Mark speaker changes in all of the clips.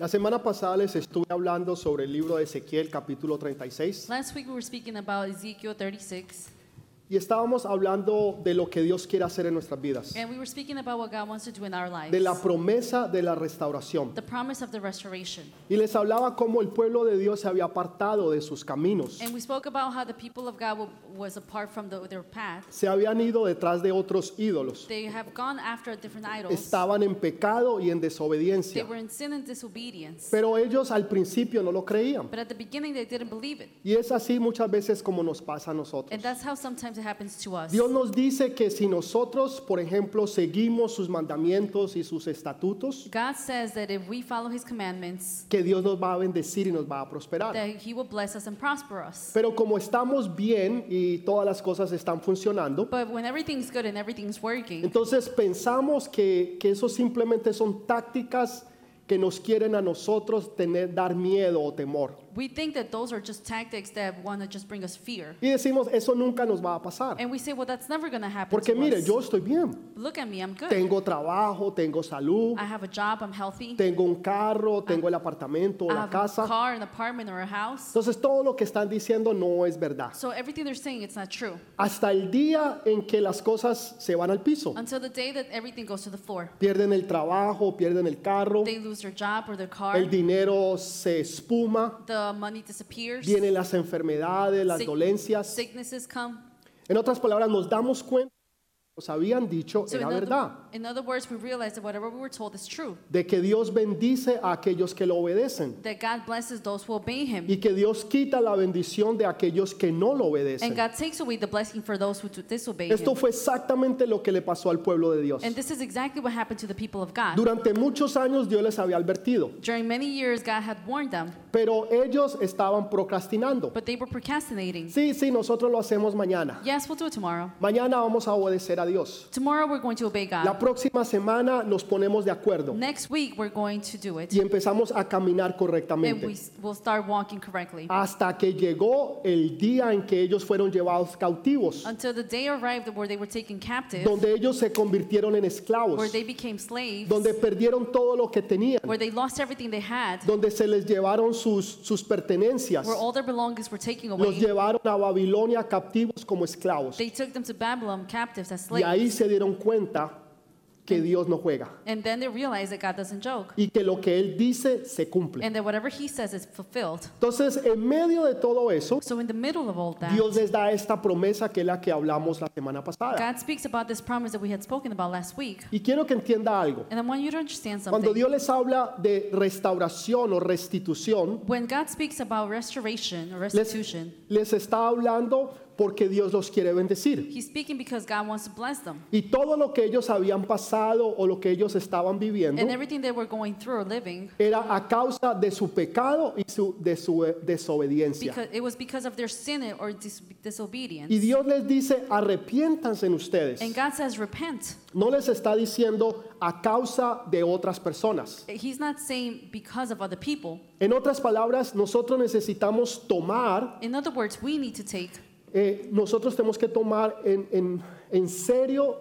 Speaker 1: La semana pasada les estuve hablando sobre el libro de Ezequiel capítulo 36
Speaker 2: Last week we were speaking about Ezekiel 36,
Speaker 1: y estábamos hablando de lo que Dios quiere hacer en nuestras vidas,
Speaker 2: and we were speaking about what God wants to do in our lives
Speaker 1: de la promesa de la restauración.
Speaker 2: the promise of the restoration.
Speaker 1: Y les hablaba cómo el pueblo de Dios se había apartado de sus caminos,
Speaker 2: And we spoke about how the people of God wa- was apart from the, their path.
Speaker 1: se habían ido detrás de otros ídolos,
Speaker 2: They have gone after different idols.
Speaker 1: estaban en pecado y en
Speaker 2: They
Speaker 1: desobediencia,
Speaker 2: were in sin and disobedience.
Speaker 1: pero ellos al principio no lo creían.
Speaker 2: But at the beginning, they didn't believe it.
Speaker 1: Y es así muchas veces como nos pasa a nosotros.
Speaker 2: And that's how sometimes it happens to us.
Speaker 1: Dios nos dice que si nosotros, por ejemplo, seguimos sus mandamientos y sus estatutos,
Speaker 2: God says that if we follow his commandments,
Speaker 1: que Dios nos va a bendecir y nos va a prosperar.
Speaker 2: that he will bless us and prosper us.
Speaker 1: Pero como estamos bien y todas las cosas están funcionando,
Speaker 2: But when everything's good and everything's working,
Speaker 1: entonces pensamos que, que eso simplemente son tácticas que nos quieren a nosotros tener, dar miedo o temor.
Speaker 2: we think that those are just tactics that want to just bring us fear.
Speaker 1: Y decimos, eso nunca nos va a pasar.
Speaker 2: And we say, well, that's never going to happen.
Speaker 1: Porque
Speaker 2: to
Speaker 1: mire,
Speaker 2: us.
Speaker 1: yo estoy bien.
Speaker 2: Look at me, I'm good.
Speaker 1: Tengo trabajo, tengo salud,
Speaker 2: I have a job, I'm healthy.
Speaker 1: tengo un carro, tengo el apartamento,
Speaker 2: I
Speaker 1: la
Speaker 2: have a
Speaker 1: casa.
Speaker 2: car, an apartment, or a house.
Speaker 1: Entonces todo lo que están diciendo no es verdad.
Speaker 2: So everything they're saying, it's not true.
Speaker 1: Hasta el día en que las cosas se van al piso.
Speaker 2: Until the day that everything goes to the floor.
Speaker 1: Pierden el trabajo, pierden el carro,
Speaker 2: They lose their job or their car.
Speaker 1: el dinero se espuma,
Speaker 2: The money disappears.
Speaker 1: vienen las enfermedades, las
Speaker 2: Sick-
Speaker 1: dolencias.
Speaker 2: Sicknesses come.
Speaker 1: En otras palabras, nos damos cuenta que nos habían dicho
Speaker 2: So
Speaker 1: era
Speaker 2: in, other,
Speaker 1: verdad,
Speaker 2: in other words, we realize that whatever we were told is true.
Speaker 1: de que Dios bendice a aquellos que lo obedecen
Speaker 2: That God blesses those who obey Him.
Speaker 1: y que Dios quita la bendición de aquellos que no lo
Speaker 2: And
Speaker 1: obedecen.
Speaker 2: God takes away the blessing for those who do- disobey
Speaker 1: Esto
Speaker 2: Him.
Speaker 1: fue exactamente lo que le pasó al pueblo de Dios.
Speaker 2: And this is exactly what happened to the people of God.
Speaker 1: Durante muchos años Dios les había advertido,
Speaker 2: During many years, God had warned them,
Speaker 1: pero ellos estaban procrastinando.
Speaker 2: but they were procrastinating.
Speaker 1: Sí, sí, nosotros lo hacemos mañana.
Speaker 2: Yes, we'll do it tomorrow.
Speaker 1: Mañana vamos a obedecer a Dios.
Speaker 2: Tomorrow we're going to obey
Speaker 1: La
Speaker 2: God.
Speaker 1: próxima semana nos ponemos de acuerdo
Speaker 2: Next week we're going to do it.
Speaker 1: y empezamos a caminar
Speaker 2: And we
Speaker 1: correctamente.
Speaker 2: s- will start walking correctly.
Speaker 1: Hasta que llegó el día en que ellos fueron llevados cautivos,
Speaker 2: Until the day arrived where they were taken captive,
Speaker 1: donde ellos se convirtieron en
Speaker 2: where
Speaker 1: esclavos,
Speaker 2: they became slaves,
Speaker 1: donde perdieron todo lo que tenían,
Speaker 2: where they lost everything they had,
Speaker 1: donde se les llevaron sus, sus pertenencias,
Speaker 2: where all their belongings were taken
Speaker 1: los
Speaker 2: away.
Speaker 1: llevaron a Babilonia captivos como esclavos.
Speaker 2: They took them to Babylon captives as
Speaker 1: Y
Speaker 2: slaves.
Speaker 1: ahí se dieron cuenta que Dios no juega
Speaker 2: And then they realized that God doesn't joke
Speaker 1: y que lo que Él dice se cumple.
Speaker 2: and that whatever He says is fulfilled.
Speaker 1: Entonces, en medio de todo eso,
Speaker 2: So, in the middle of all that,
Speaker 1: Dios les da esta promesa que es la que hablamos la semana pasada.
Speaker 2: God speaks about this promise that we had spoken about last week.
Speaker 1: Y quiero que entienda algo.
Speaker 2: And I want you to understand
Speaker 1: Cuando
Speaker 2: something.
Speaker 1: Dios les habla de restauración o restitución,
Speaker 2: When God speaks about restoration or
Speaker 1: les,
Speaker 2: restitution,
Speaker 1: les está hablando porque Dios los quiere bendecir.
Speaker 2: He's speaking because God wants to bless them.
Speaker 1: Y todo lo que ellos habían pasado o lo que ellos estaban viviendo
Speaker 2: And everything they were going through or living,
Speaker 1: era a causa de su pecado y su, de su eh, desobediencia.
Speaker 2: because it was because of their sin or dis-
Speaker 1: Y
Speaker 2: disobedience.
Speaker 1: Dios les dice, arrepiéntanse en ustedes.
Speaker 2: And God says, repent.
Speaker 1: No les está diciendo a causa de otras personas.
Speaker 2: He's not saying because of other people.
Speaker 1: En otras palabras, nosotros necesitamos tomar,
Speaker 2: In other words, we need to take,
Speaker 1: eh, nosotros tenemos que tomar en, en- en serio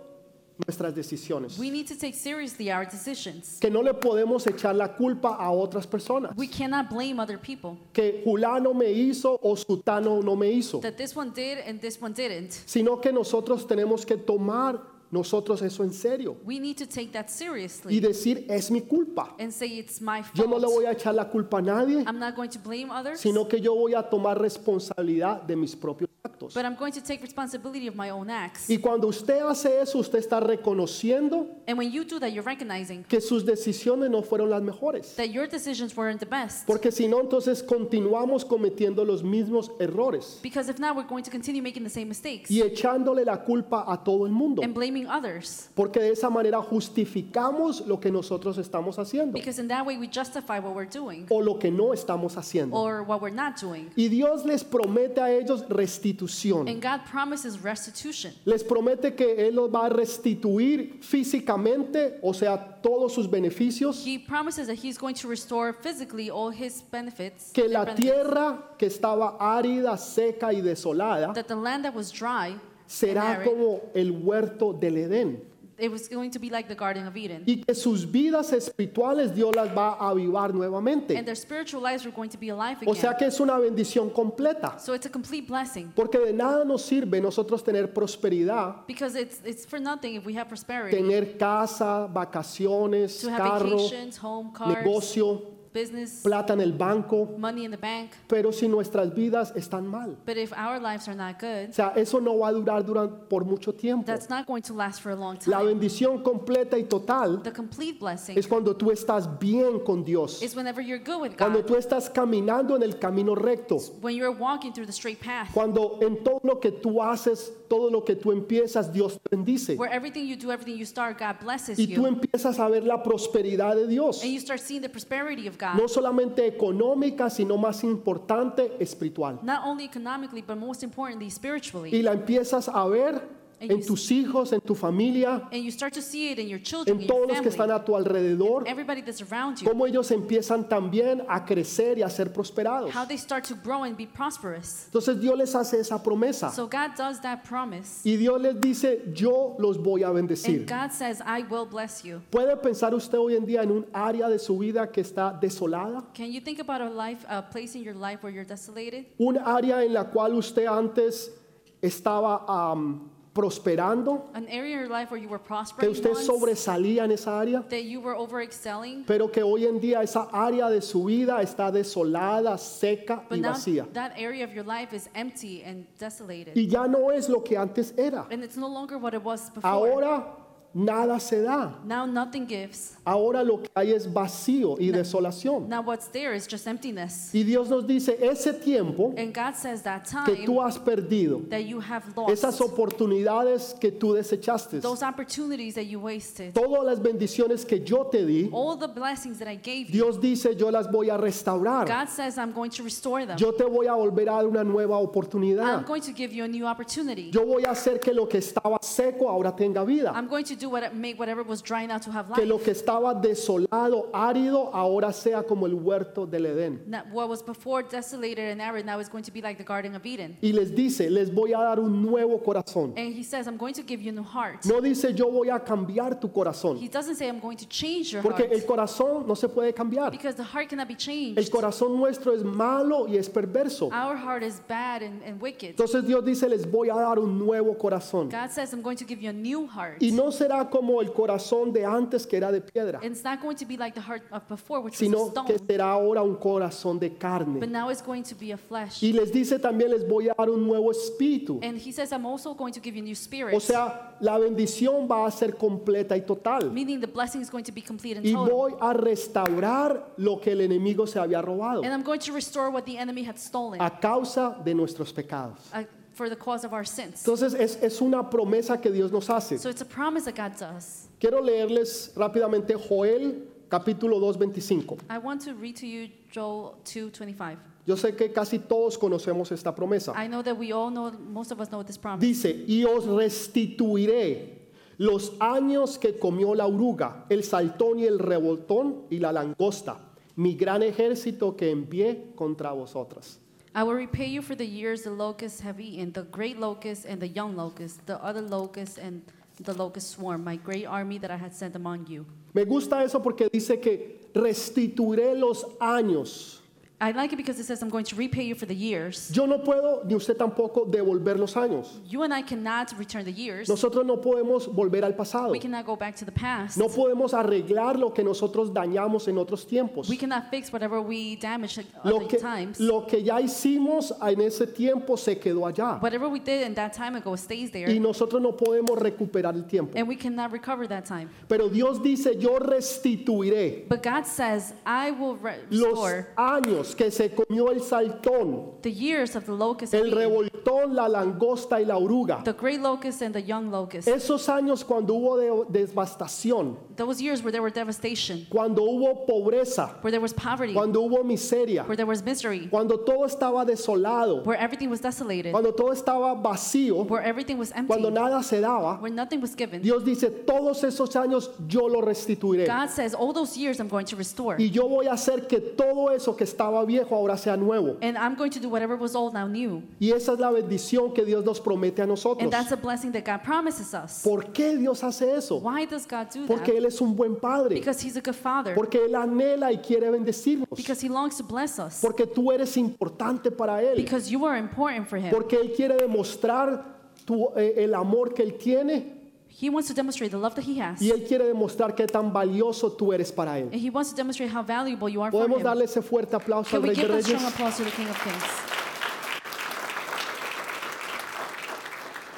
Speaker 1: nuestras decisiones.
Speaker 2: we need to take seriously our decisions.
Speaker 1: Que no le podemos echar la culpa a otras personas.
Speaker 2: We cannot blame other people
Speaker 1: Que Julano me hizo o Sutano no me hizo.
Speaker 2: that this one did and this one didn't.
Speaker 1: Sino que nosotros tenemos que tomar nosotros eso en serio
Speaker 2: We need to take that
Speaker 1: y
Speaker 2: seriously
Speaker 1: decir, es mi culpa.
Speaker 2: and say it's my
Speaker 1: Yo no le voy
Speaker 2: fault.
Speaker 1: a echar la culpa a nadie,
Speaker 2: I'm not going to blame others,
Speaker 1: sino que yo voy a tomar responsabilidad de mis propios actos.
Speaker 2: but I'm going to take responsibility of my own acts.
Speaker 1: Y cuando usted hace eso, usted está reconociendo
Speaker 2: And when you do that, you're recognizing
Speaker 1: que sus decisiones no fueron las mejores.
Speaker 2: that your decisions weren't the best.
Speaker 1: Porque si no, entonces continuamos cometiendo los mismos errores
Speaker 2: Because if not, we're going to continue making the same mistakes
Speaker 1: y echándole la culpa a todo el mundo.
Speaker 2: and blaming others.
Speaker 1: Porque de esa manera justificamos lo que nosotros estamos haciendo
Speaker 2: Because in that way, we justify what we're doing
Speaker 1: o lo que no estamos haciendo.
Speaker 2: or what we're not doing.
Speaker 1: Y Dios les promete a ellos restitución.
Speaker 2: And God promises restitution.
Speaker 1: Les promete que Él los va a restituir físicamente, o sea, todos sus beneficios,
Speaker 2: He promises that He's going to restore physically all His benefits,
Speaker 1: que
Speaker 2: their
Speaker 1: la
Speaker 2: benefits,
Speaker 1: tierra que estaba árida, seca y desolada
Speaker 2: that the land that was dry and
Speaker 1: será
Speaker 2: arid,
Speaker 1: como el huerto del Edén.
Speaker 2: it was going to be like the Garden of Eden.
Speaker 1: y que sus vidas espirituales Dios las va a avivar
Speaker 2: And
Speaker 1: nuevamente.
Speaker 2: their spiritual lives were going to be alive
Speaker 1: O sea
Speaker 2: again.
Speaker 1: que es una bendición completa,
Speaker 2: So it's a complete blessing
Speaker 1: porque de nada nos sirve nosotros tener prosperidad,
Speaker 2: because it's, it's for nothing if we have prosperity.
Speaker 1: tener casa, vacaciones,
Speaker 2: To have
Speaker 1: carro,
Speaker 2: vacations, home, cars,
Speaker 1: negocio,
Speaker 2: business,
Speaker 1: plata en el banco,
Speaker 2: money in the bank.
Speaker 1: pero si nuestras vidas están mal.
Speaker 2: But if our lives are not
Speaker 1: O
Speaker 2: good,
Speaker 1: sea, eso no va a durar duran- por mucho tiempo.
Speaker 2: that's not going to last for a long
Speaker 1: La
Speaker 2: time.
Speaker 1: bendición completa y total
Speaker 2: The complete blessing
Speaker 1: es cuando tú estás bien con Dios,
Speaker 2: is whenever you're good with
Speaker 1: cuando
Speaker 2: God,
Speaker 1: tú estás caminando en el camino recto,
Speaker 2: when you're walking through the straight path,
Speaker 1: cuando en todo lo que tú haces, todo lo que tú empiezas, Dios te bendice
Speaker 2: where everything you do, everything you start, God blesses
Speaker 1: y tú
Speaker 2: you.
Speaker 1: empiezas a ver la prosperidad de Dios,
Speaker 2: And you start seeing the prosperity of God,
Speaker 1: no solamente económica, sino más importante, espiritual.
Speaker 2: not only economically, but most importantly, spiritually.
Speaker 1: Y la empiezas a ver en tus hijos, en tu familia,
Speaker 2: And you start to see it in your children,
Speaker 1: en
Speaker 2: in your
Speaker 1: todos los que están
Speaker 2: family,
Speaker 1: a tu alrededor,
Speaker 2: everybody that's around you,
Speaker 1: cómo ellos empiezan también a crecer y a ser prosperados.
Speaker 2: how they start to grow and be prosperous.
Speaker 1: Entonces Dios les hace esa promesa.
Speaker 2: So God does that promise.
Speaker 1: Y Dios les dice, yo los voy a
Speaker 2: And
Speaker 1: bendecir.
Speaker 2: God says, I will bless you.
Speaker 1: ¿Puede pensar usted hoy en día en un área de su vida que está desolada?
Speaker 2: Can you think about a life, a place in your life where you're desolated?
Speaker 1: Un área en la cual usted antes estaba am, prosperando,
Speaker 2: An area in your life where you were
Speaker 1: que
Speaker 2: prospering
Speaker 1: usted
Speaker 2: once,
Speaker 1: sobresalía en esa área,
Speaker 2: that you were over excelling,
Speaker 1: pero que hoy en día esa área de su vida está desolada, seca
Speaker 2: but
Speaker 1: y
Speaker 2: now
Speaker 1: vacía.
Speaker 2: that area of your life is empty and desolated.
Speaker 1: Y ya no es lo que antes era.
Speaker 2: and it's no longer what it was before.
Speaker 1: Ahora nada se da.
Speaker 2: now nothing gives.
Speaker 1: Ahora lo que hay es vacío y desolación.
Speaker 2: Now what's there is just emptiness.
Speaker 1: Y Dios nos dice, ese tiempo
Speaker 2: And God says that
Speaker 1: que tú
Speaker 2: time
Speaker 1: has perdido,
Speaker 2: that you have lost,
Speaker 1: esas oportunidades que tú desechaste,
Speaker 2: those opportunities that you wasted,
Speaker 1: todas las bendiciones que yo te di,
Speaker 2: all the blessings that I gave you,
Speaker 1: Dios dice, yo las voy a restaurar.
Speaker 2: God says I'm going to restore them.
Speaker 1: Yo te voy a volver a dar una nueva
Speaker 2: I'm
Speaker 1: oportunidad.
Speaker 2: going to give you a new opportunity.
Speaker 1: Yo voy a hacer que lo que estaba seco ahora tenga vida.
Speaker 2: I'm going to do what make whatever was drying out to have
Speaker 1: Que
Speaker 2: life.
Speaker 1: lo que estaba desolado, árido, ahora sea como el huerto del Edén.
Speaker 2: That what was before desolated and arid now is going to be like the Garden of Eden.
Speaker 1: Y les dice, les voy a dar un nuevo corazón.
Speaker 2: And he says, I'm going to give you a new heart.
Speaker 1: No dice, yo voy a cambiar tu corazón.
Speaker 2: He doesn't say I'm going to change your
Speaker 1: Porque
Speaker 2: heart.
Speaker 1: el corazón no se puede cambiar.
Speaker 2: Because the heart cannot be
Speaker 1: El
Speaker 2: changed.
Speaker 1: corazón nuestro es malo y es perverso.
Speaker 2: Our heart is bad and, and wicked.
Speaker 1: Entonces Dios dice, les voy a dar un nuevo corazón.
Speaker 2: God says, I'm going to give you a new heart.
Speaker 1: Y no será como el corazón de antes que era de piedra,
Speaker 2: And it's not going to be like the heart of before, which was a
Speaker 1: sino que
Speaker 2: stone,
Speaker 1: será ahora un corazón de
Speaker 2: but
Speaker 1: carne.
Speaker 2: now it's going to be a flesh.
Speaker 1: Y les dice también, les voy a dar un nuevo espíritu.
Speaker 2: And he says, I'm also going to give you a new
Speaker 1: O
Speaker 2: spirit,
Speaker 1: sea, la bendición va a ser completa y total.
Speaker 2: meaning the blessing is going to be complete and
Speaker 1: Y
Speaker 2: total.
Speaker 1: voy a restaurar lo que el enemigo se había robado
Speaker 2: And I'm going to restore what the enemy had stolen
Speaker 1: a causa de nuestros pecados.
Speaker 2: uh, for the cause of our sins.
Speaker 1: Entonces es, es una promesa que Dios nos hace.
Speaker 2: So it's a promise that God does.
Speaker 1: Quiero leerles rápidamente Joel capítulo 2.25.
Speaker 2: I want to read to you Joel 2:25.
Speaker 1: Yo sé que casi todos conocemos esta promesa.
Speaker 2: I know that we all know, most of us know this promise.
Speaker 1: Dice, y os restituiré los años que comió la oruga, el saltón y el revoltón y la langosta, mi gran ejército que envié contra vosotras.
Speaker 2: I will repay you for the years the locusts have eaten, the great locust and the young locust, the other locust and the locust swarm, my great army that I had sent among you.
Speaker 1: Me gusta eso porque dice que restituiré los años.
Speaker 2: I like it because it says, I'm going to repay you for the years.
Speaker 1: Yo no puedo, ni usted tampoco, devolver los años.
Speaker 2: You and I cannot return the years.
Speaker 1: Nosotros no podemos volver al pasado.
Speaker 2: We cannot go back to the past.
Speaker 1: No podemos arreglar lo que nosotros dañamos en otros tiempos.
Speaker 2: We cannot fix whatever we damaged at
Speaker 1: Lo
Speaker 2: other
Speaker 1: que,
Speaker 2: times.
Speaker 1: lo que ya hicimos en ese tiempo se quedó allá.
Speaker 2: Whatever we did in that time ago stays there,
Speaker 1: Y nosotros no podemos recuperar el tiempo.
Speaker 2: and we cannot recover that time.
Speaker 1: Pero Dios dice, yo restituiré
Speaker 2: But God says, I will re-
Speaker 1: los
Speaker 2: restore
Speaker 1: años que se comió el saltón,
Speaker 2: the years of the locust,
Speaker 1: el
Speaker 2: and the-
Speaker 1: revoltón, la langosta y la oruga.
Speaker 2: the great locust and the young locust.
Speaker 1: Esos años cuando hubo de- devastación,
Speaker 2: Those years where there were devastation,
Speaker 1: cuando hubo pobreza,
Speaker 2: where there was poverty,
Speaker 1: cuando hubo miseria,
Speaker 2: where there was misery,
Speaker 1: cuando todo estaba desolado,
Speaker 2: where everything was desolated,
Speaker 1: cuando todo estaba vacío,
Speaker 2: where everything was
Speaker 1: cuando
Speaker 2: empty,
Speaker 1: nada se daba,
Speaker 2: where nothing was given.
Speaker 1: Dios dice, todos esos años yo lo restituiré.
Speaker 2: God says, All those years I'm going to restore.
Speaker 1: Y yo voy a hacer que todo eso que estaba estaba viejo ahora sea nuevo.
Speaker 2: And I'm going to do whatever was old now new.
Speaker 1: Y esa es la bendición que Dios nos promete a nosotros.
Speaker 2: And that's a blessing that God promises us.
Speaker 1: ¿Por qué Dios hace eso?
Speaker 2: Why does God do
Speaker 1: Porque
Speaker 2: that?
Speaker 1: Él es un buen padre.
Speaker 2: Because He's a good Father.
Speaker 1: Porque Él anhela y quiere bendecirnos.
Speaker 2: Because He longs to bless us.
Speaker 1: Porque tú eres importante para Él.
Speaker 2: Because you are important for Him.
Speaker 1: Porque Él quiere demostrar tu- eh, el amor que Él tiene
Speaker 2: He wants to demonstrate the love that He has.
Speaker 1: y Él quiere demostrar qué tan valioso tú eres para Él.
Speaker 2: And He wants to demonstrate how valuable you are for
Speaker 1: Podemos
Speaker 2: Him.
Speaker 1: darle ese fuerte aplauso
Speaker 2: Can
Speaker 1: al Rey
Speaker 2: we
Speaker 1: de
Speaker 2: give a
Speaker 1: Reyes.
Speaker 2: strong applause to the King of Kings?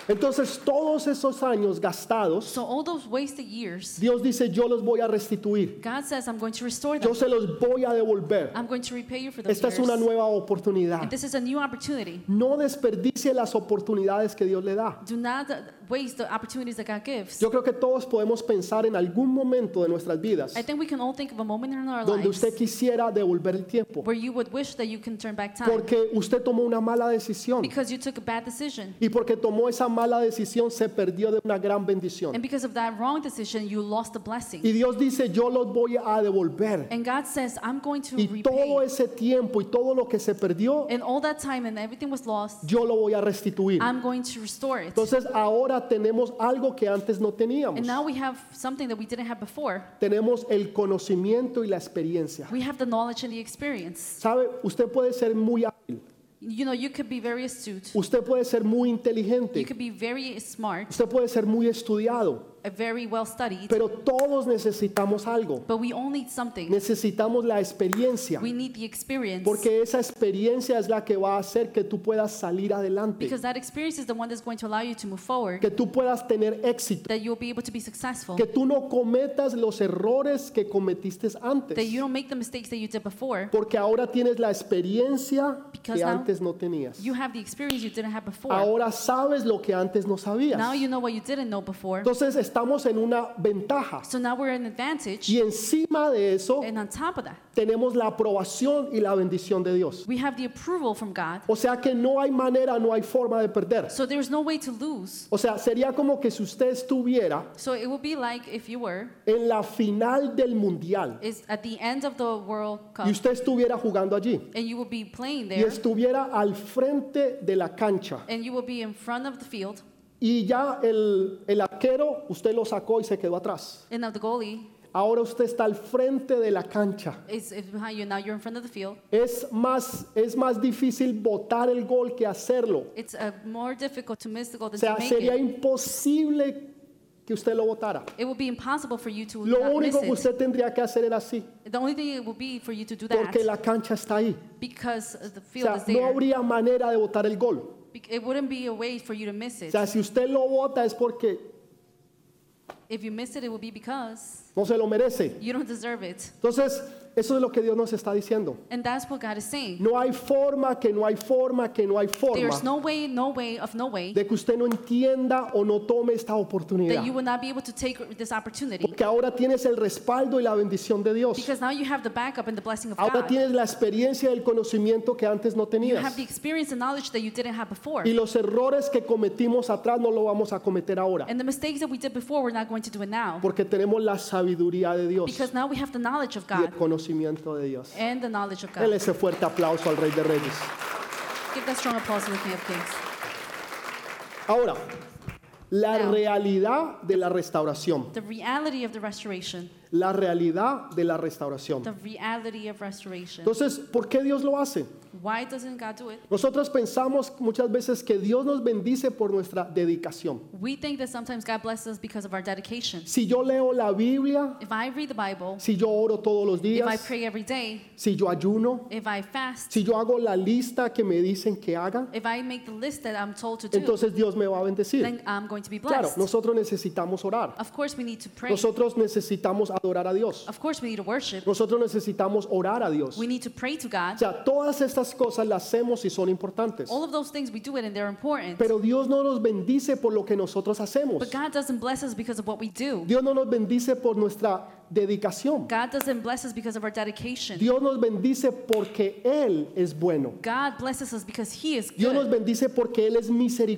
Speaker 1: Entonces todos esos años gastados,
Speaker 2: So all those wasted years,
Speaker 1: Dios dice, yo los voy a restituir.
Speaker 2: God says, I'm going to restore
Speaker 1: Yo
Speaker 2: them.
Speaker 1: se los voy a devolver.
Speaker 2: I'm going to repay you for those
Speaker 1: Esta es una
Speaker 2: years.
Speaker 1: nueva
Speaker 2: And
Speaker 1: oportunidad.
Speaker 2: this is a new opportunity.
Speaker 1: No desperdicie las oportunidades que Dios le da.
Speaker 2: Do not uh, waste the opportunities that God gives.
Speaker 1: Yo creo que todos podemos pensar en algún momento de nuestras vidas
Speaker 2: I think we can all think of a moment in our
Speaker 1: donde
Speaker 2: lives
Speaker 1: usted quisiera devolver el tiempo
Speaker 2: where you would wish that you can turn back time
Speaker 1: porque usted tomó una mala decisión
Speaker 2: because you took a bad decision.
Speaker 1: y porque tomó esa mala decisión se perdió de una gran
Speaker 2: And
Speaker 1: bendición.
Speaker 2: because of that wrong decision, you lost a blessing.
Speaker 1: Y Dios dice, yo los voy a devolver.
Speaker 2: And God says, I'm going to
Speaker 1: Y todo
Speaker 2: repay.
Speaker 1: ese tiempo y todo lo que se perdió,
Speaker 2: And all that time and everything was lost,
Speaker 1: yo lo voy a restituir.
Speaker 2: I'm going to restore it.
Speaker 1: Entonces ahora tenemos algo que antes no
Speaker 2: And
Speaker 1: teníamos.
Speaker 2: now we have something that we didn't have before.
Speaker 1: Tenemos el conocimiento y la experiencia.
Speaker 2: We have the knowledge and the experience.
Speaker 1: Sabe, usted puede ser muy hábil,
Speaker 2: You know, you could be very astute.
Speaker 1: usted puede ser muy
Speaker 2: You
Speaker 1: inteligente,
Speaker 2: could be very smart,
Speaker 1: usted puede ser muy estudiado,
Speaker 2: uh, very well studied,
Speaker 1: pero todos necesitamos algo.
Speaker 2: but we all need something.
Speaker 1: Necesitamos la experiencia,
Speaker 2: We need the experience
Speaker 1: porque esa experiencia es la que va a hacer que tú puedas salir adelante,
Speaker 2: because that experience is the one that's going to allow you to move forward,
Speaker 1: que tú puedas tener éxito,
Speaker 2: that you'll be able to be successful,
Speaker 1: que tú no cometas los errores que cometiste
Speaker 2: that you
Speaker 1: antes,
Speaker 2: don't make the mistakes that you did before.
Speaker 1: porque ahora tienes la experiencia
Speaker 2: Because
Speaker 1: que
Speaker 2: now
Speaker 1: antes no tenías.
Speaker 2: You have the experience you didn't have before.
Speaker 1: Ahora sabes lo que antes no
Speaker 2: Now
Speaker 1: sabías.
Speaker 2: you know what you didn't know before.
Speaker 1: Entonces estamos en una ventaja.
Speaker 2: So now we're an advantage.
Speaker 1: Y encima de eso
Speaker 2: And on top of that,
Speaker 1: tenemos la aprobación y la bendición de Dios.
Speaker 2: we have the approval from God.
Speaker 1: O sea que no hay manera, no hay forma de perder.
Speaker 2: So there's no way to lose.
Speaker 1: O sea, sería como que si usted estuviera
Speaker 2: So it would be like if you were
Speaker 1: en la final del mundial
Speaker 2: is at the end of the World Cup
Speaker 1: y usted estuviera jugando allí
Speaker 2: and you will be playing
Speaker 1: y
Speaker 2: there
Speaker 1: estuviera al frente de la cancha
Speaker 2: and you will be in front of the field
Speaker 1: y ya el, el arquero usted lo sacó y se quedó atrás.
Speaker 2: and now the goalie
Speaker 1: Ahora usted está al frente de la cancha.
Speaker 2: is, is behind you. Now you're in front of the field.
Speaker 1: Es más, es más difícil botar el gol que hacerlo.
Speaker 2: It's uh, more difficult to miss the goal
Speaker 1: O
Speaker 2: than
Speaker 1: sea,
Speaker 2: to make
Speaker 1: sería
Speaker 2: it.
Speaker 1: imposible que usted lo votara.
Speaker 2: It would be impossible for you to
Speaker 1: Lo
Speaker 2: not miss
Speaker 1: único que
Speaker 2: it.
Speaker 1: usted tendría que hacer era así,
Speaker 2: The only thing it would be for you to do that
Speaker 1: porque la cancha está ahí.
Speaker 2: because the
Speaker 1: O
Speaker 2: field
Speaker 1: sea,
Speaker 2: is
Speaker 1: no
Speaker 2: there.
Speaker 1: habría manera de votar el gol.
Speaker 2: Bec- It wouldn't be a way for you to miss
Speaker 1: O
Speaker 2: it.
Speaker 1: sea, si usted lo vota es porque
Speaker 2: If you miss it, it would be because
Speaker 1: no se lo merece.
Speaker 2: you don't deserve it.
Speaker 1: Entonces, eso es lo que Dios nos está diciendo.
Speaker 2: And that's what God is saying.
Speaker 1: No hay forma, que no hay forma, que no hay
Speaker 2: There's
Speaker 1: forma
Speaker 2: no way, no way of no way
Speaker 1: de que usted no entienda o no tome esta
Speaker 2: that
Speaker 1: oportunidad.
Speaker 2: you will not be able to take this opportunity
Speaker 1: Porque ahora tienes el respaldo y la bendición de Dios.
Speaker 2: because now you have the backup and the blessing of
Speaker 1: Ahora
Speaker 2: God.
Speaker 1: tienes la experiencia y el conocimiento que antes no
Speaker 2: You have
Speaker 1: tenías.
Speaker 2: the experience and knowledge that you didn't have before.
Speaker 1: Y los errores que cometimos atrás no lo vamos a cometer ahora,
Speaker 2: And the mistakes that we did before, we're not going to do it now.
Speaker 1: porque tenemos la sabiduría de Dios
Speaker 2: Because now we have the knowledge of
Speaker 1: y el
Speaker 2: God
Speaker 1: conocimiento de Dios.
Speaker 2: and the knowledge of
Speaker 1: Dele
Speaker 2: God.
Speaker 1: ese fuerte aplauso al Rey de Reyes.
Speaker 2: Give that strong applause to the King of Kings.
Speaker 1: Ahora, la
Speaker 2: Now.
Speaker 1: realidad de la restauración.
Speaker 2: The reality of the restoration.
Speaker 1: La realidad de la restauración.
Speaker 2: The reality of restoration.
Speaker 1: Entonces, ¿por qué Dios lo hace?
Speaker 2: Why doesn't God do it?
Speaker 1: Nosotros pensamos muchas veces que Dios nos bendice por nuestra dedicación.
Speaker 2: We think that sometimes God blesses us because of our dedication.
Speaker 1: Si yo leo la Biblia,
Speaker 2: If I read the Bible,
Speaker 1: si yo oro todos los
Speaker 2: if I
Speaker 1: días,
Speaker 2: pray every day,
Speaker 1: si yo ayuno,
Speaker 2: if I fast,
Speaker 1: si yo hago la lista que me dicen que haga,
Speaker 2: if I make the list that I'm told to do,
Speaker 1: entonces Dios me va a bendecir.
Speaker 2: then I'm going to be
Speaker 1: Claro,
Speaker 2: blessed.
Speaker 1: nosotros necesitamos orar.
Speaker 2: Of course, we need to pray.
Speaker 1: Nosotros necesitamos adorar a Dios.
Speaker 2: Of course, we need to worship.
Speaker 1: Nosotros necesitamos orar a Dios.
Speaker 2: We need to pray to
Speaker 1: O
Speaker 2: God.
Speaker 1: sea, todas estas cosas las hacemos y son importantes.
Speaker 2: All of those things we do it and they're important.
Speaker 1: Pero Dios no nos bendice por lo que nosotros hacemos.
Speaker 2: But God doesn't bless us because of what we do.
Speaker 1: Dios no nos bendice por nuestra dedicación.
Speaker 2: God doesn't bless us because of our dedication.
Speaker 1: Dios nos bendice porque Él es bueno.
Speaker 2: God blesses us because He is
Speaker 1: Dios nos
Speaker 2: good.
Speaker 1: bendice porque Él es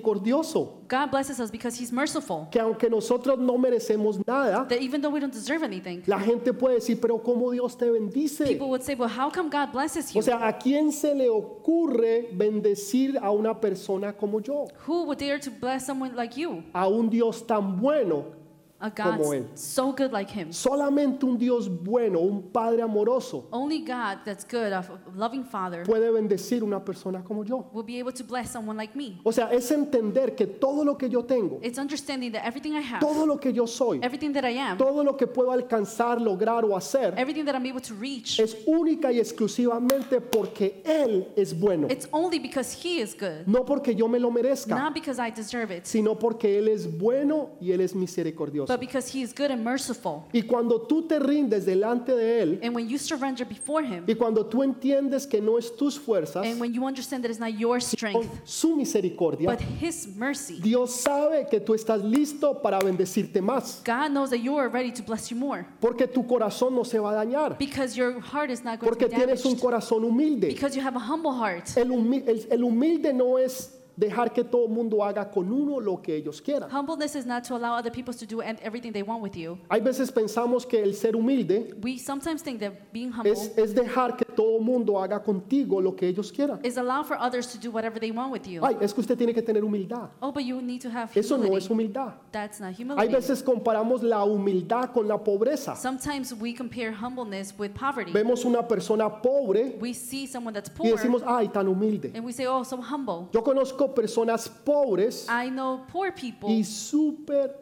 Speaker 1: misericordioso.
Speaker 2: God blesses us because He's merciful.
Speaker 1: Que aunque nosotros no merecemos nada,
Speaker 2: That even though we don't deserve anything,
Speaker 1: la gente puede decir, pero ¿cómo Dios te bendice?
Speaker 2: people would say, Well, how come God blesses
Speaker 1: O
Speaker 2: you?
Speaker 1: sea, ¿a quién se le ocurre bendecir a una persona como yo?
Speaker 2: Who would dare to bless someone like you?
Speaker 1: A un Dios tan bueno.
Speaker 2: A God
Speaker 1: Como él.
Speaker 2: so good like Him.
Speaker 1: Solamente un Dios bueno, un Padre amoroso,
Speaker 2: Only God that's good, a loving Father,
Speaker 1: puede bendecir una persona como yo.
Speaker 2: will be able to bless someone like me.
Speaker 1: O sea, es entender que todo lo que yo tengo,
Speaker 2: It's understanding that everything I have,
Speaker 1: todo lo que yo soy,
Speaker 2: everything that I am,
Speaker 1: todo lo que puedo alcanzar, lograr o hacer,
Speaker 2: everything that I'm able to reach,
Speaker 1: es única y exclusivamente porque Él es bueno.
Speaker 2: it's only because He is good,
Speaker 1: No porque yo me lo merezca,
Speaker 2: not because I deserve it,
Speaker 1: sino porque Él es bueno y Él es misericordioso.
Speaker 2: but because He is good and merciful.
Speaker 1: Y cuando tú te rindes delante de Él,
Speaker 2: And when you surrender before Him,
Speaker 1: y cuando tú entiendes que no es tus fuerzas,
Speaker 2: and when you understand that it's not your
Speaker 1: sino
Speaker 2: strength,
Speaker 1: su misericordia,
Speaker 2: but His mercy,
Speaker 1: Dios sabe que tú estás listo para bendecirte más,
Speaker 2: God knows that you are ready to bless you more
Speaker 1: porque tu corazón no se va a dañar,
Speaker 2: because your heart is not going to
Speaker 1: porque
Speaker 2: be
Speaker 1: tienes un
Speaker 2: damaged,
Speaker 1: corazón humilde.
Speaker 2: because you have a humble heart.
Speaker 1: El, humi- el- el humilde no es dejar que todo el mundo haga con uno lo que ellos quieran.
Speaker 2: Humbleness is not to allow other people to do and everything they want with you.
Speaker 1: Hay veces pensamos que el ser humilde
Speaker 2: We sometimes think that being humble
Speaker 1: es, es dejar que todo el mundo haga contigo lo que ellos quieran.
Speaker 2: is allow for others to do whatever they want with you.
Speaker 1: Ay, es que usted tiene que tener humildad.
Speaker 2: oh, but you need to have
Speaker 1: Eso
Speaker 2: humility.
Speaker 1: no es humildad.
Speaker 2: That's not
Speaker 1: Hay
Speaker 2: humility.
Speaker 1: veces comparamos la humildad con la pobreza.
Speaker 2: Sometimes we compare humbleness with poverty.
Speaker 1: Vemos una persona pobre
Speaker 2: we see someone that's
Speaker 1: y
Speaker 2: poor
Speaker 1: decimos, ay, tan humilde.
Speaker 2: and we say, oh, so humble.
Speaker 1: Yo conozco personas pobres
Speaker 2: I know Ah, poor Em-, people
Speaker 1: y súper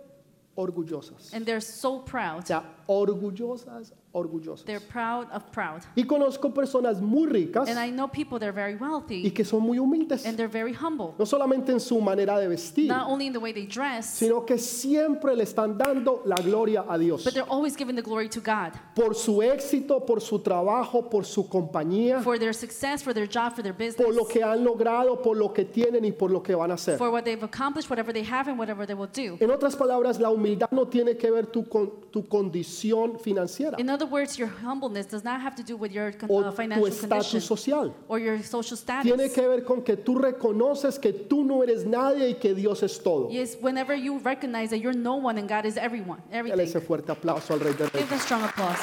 Speaker 1: orgullosas.
Speaker 2: and they're so proud.
Speaker 1: O sea, orgullosas, orgullosas.
Speaker 2: They're proud of proud.
Speaker 1: Y conozco personas muy ricas
Speaker 2: And I know people that are very
Speaker 1: y
Speaker 2: wealthy
Speaker 1: que son muy humildes.
Speaker 2: and they're very humble.
Speaker 1: No solamente en su manera de vestir,
Speaker 2: Not only in the way they dress,
Speaker 1: sino que siempre le están dando la gloria a Dios.
Speaker 2: but they're always giving the glory to God
Speaker 1: Por su éxito, por su trabajo, por su compañía,
Speaker 2: for their success, for their job, for their business.
Speaker 1: por lo que han logrado, por lo que tienen y por lo que van a hacer.
Speaker 2: for what they've accomplished, whatever they have, and whatever they will do.
Speaker 1: En otras palabras, la humildad no tiene que ver tu, con, tu condición financiera
Speaker 2: In other words, your humbleness does not have to do with your con-
Speaker 1: o
Speaker 2: uh,
Speaker 1: tu
Speaker 2: financial condition
Speaker 1: estatus social.
Speaker 2: or your social status.
Speaker 1: Tiene que ver con que tú reconoces que tú no eres nadie y que Dios es todo.
Speaker 2: Yes, whenever you recognize that you're no one and God is everyone,
Speaker 1: Dale
Speaker 2: everything.
Speaker 1: ese fuerte aplauso al Rey de Reyes.
Speaker 2: Give them strong applause.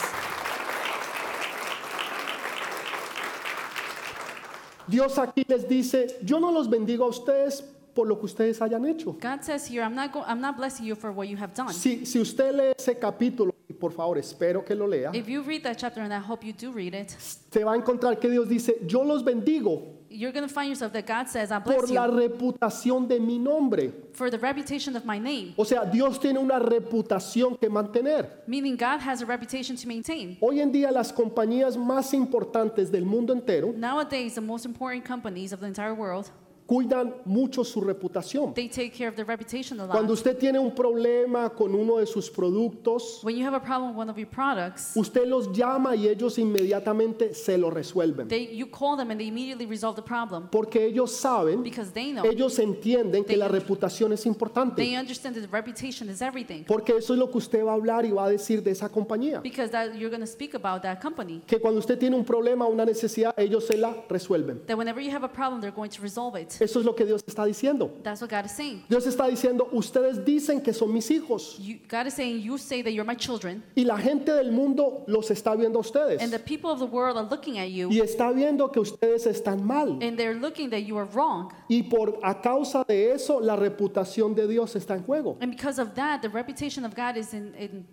Speaker 1: Dios aquí les dice, yo no los bendigo a ustedes por lo que ustedes hayan hecho.
Speaker 2: God says here, I'm not, go- I'm not blessing you for what you have done.
Speaker 1: Si, si usted lee ese capítulo, y por favor espero que lo lea,
Speaker 2: If you read that chapter, and I hope you do read it,
Speaker 1: se va a encontrar que Dios dice, yo los bendigo
Speaker 2: you're going to find yourself that God says, I bless
Speaker 1: por la
Speaker 2: you
Speaker 1: reputación de mi nombre.
Speaker 2: for the reputation of my name.
Speaker 1: O sea, Dios tiene una reputación que mantener.
Speaker 2: Meaning, God has a reputation to maintain.
Speaker 1: Hoy en día las compañías más importantes del mundo entero
Speaker 2: Nowadays, the most important companies of the entire world
Speaker 1: cuidan mucho su reputación.
Speaker 2: they take care of their reputation a lot.
Speaker 1: Cuando usted tiene un problema con uno de sus productos,
Speaker 2: when you have a problem with one of your products,
Speaker 1: usted los llama y ellos inmediatamente se lo resuelven.
Speaker 2: they, you call them and they immediately resolve the problem
Speaker 1: Porque ellos saben,
Speaker 2: because they know,
Speaker 1: ellos entienden que la reputación es
Speaker 2: they
Speaker 1: importante.
Speaker 2: understand that reputation is everything.
Speaker 1: Porque eso es lo que usted va a hablar y va a decir de esa compañía.
Speaker 2: Because that, you're going to speak about that company.
Speaker 1: Que cuando usted tiene un problema, una necesidad, ellos se la resuelven.
Speaker 2: That whenever you have a problem, they're going to resolve it.
Speaker 1: Eso es lo que Dios está diciendo.
Speaker 2: That's what God is saying.
Speaker 1: Dios está diciendo, ustedes dicen que son mis hijos.
Speaker 2: You, God is saying, You say that you're my children,
Speaker 1: Y la gente del mundo los está viendo a
Speaker 2: and the
Speaker 1: ustedes.
Speaker 2: people of the world are looking at you,
Speaker 1: Y está viendo que ustedes están mal.
Speaker 2: and they're looking that you are wrong.
Speaker 1: Y por a causa de eso, la reputación de Dios está en juego.
Speaker 2: And because of that, the reputation of God is in, in,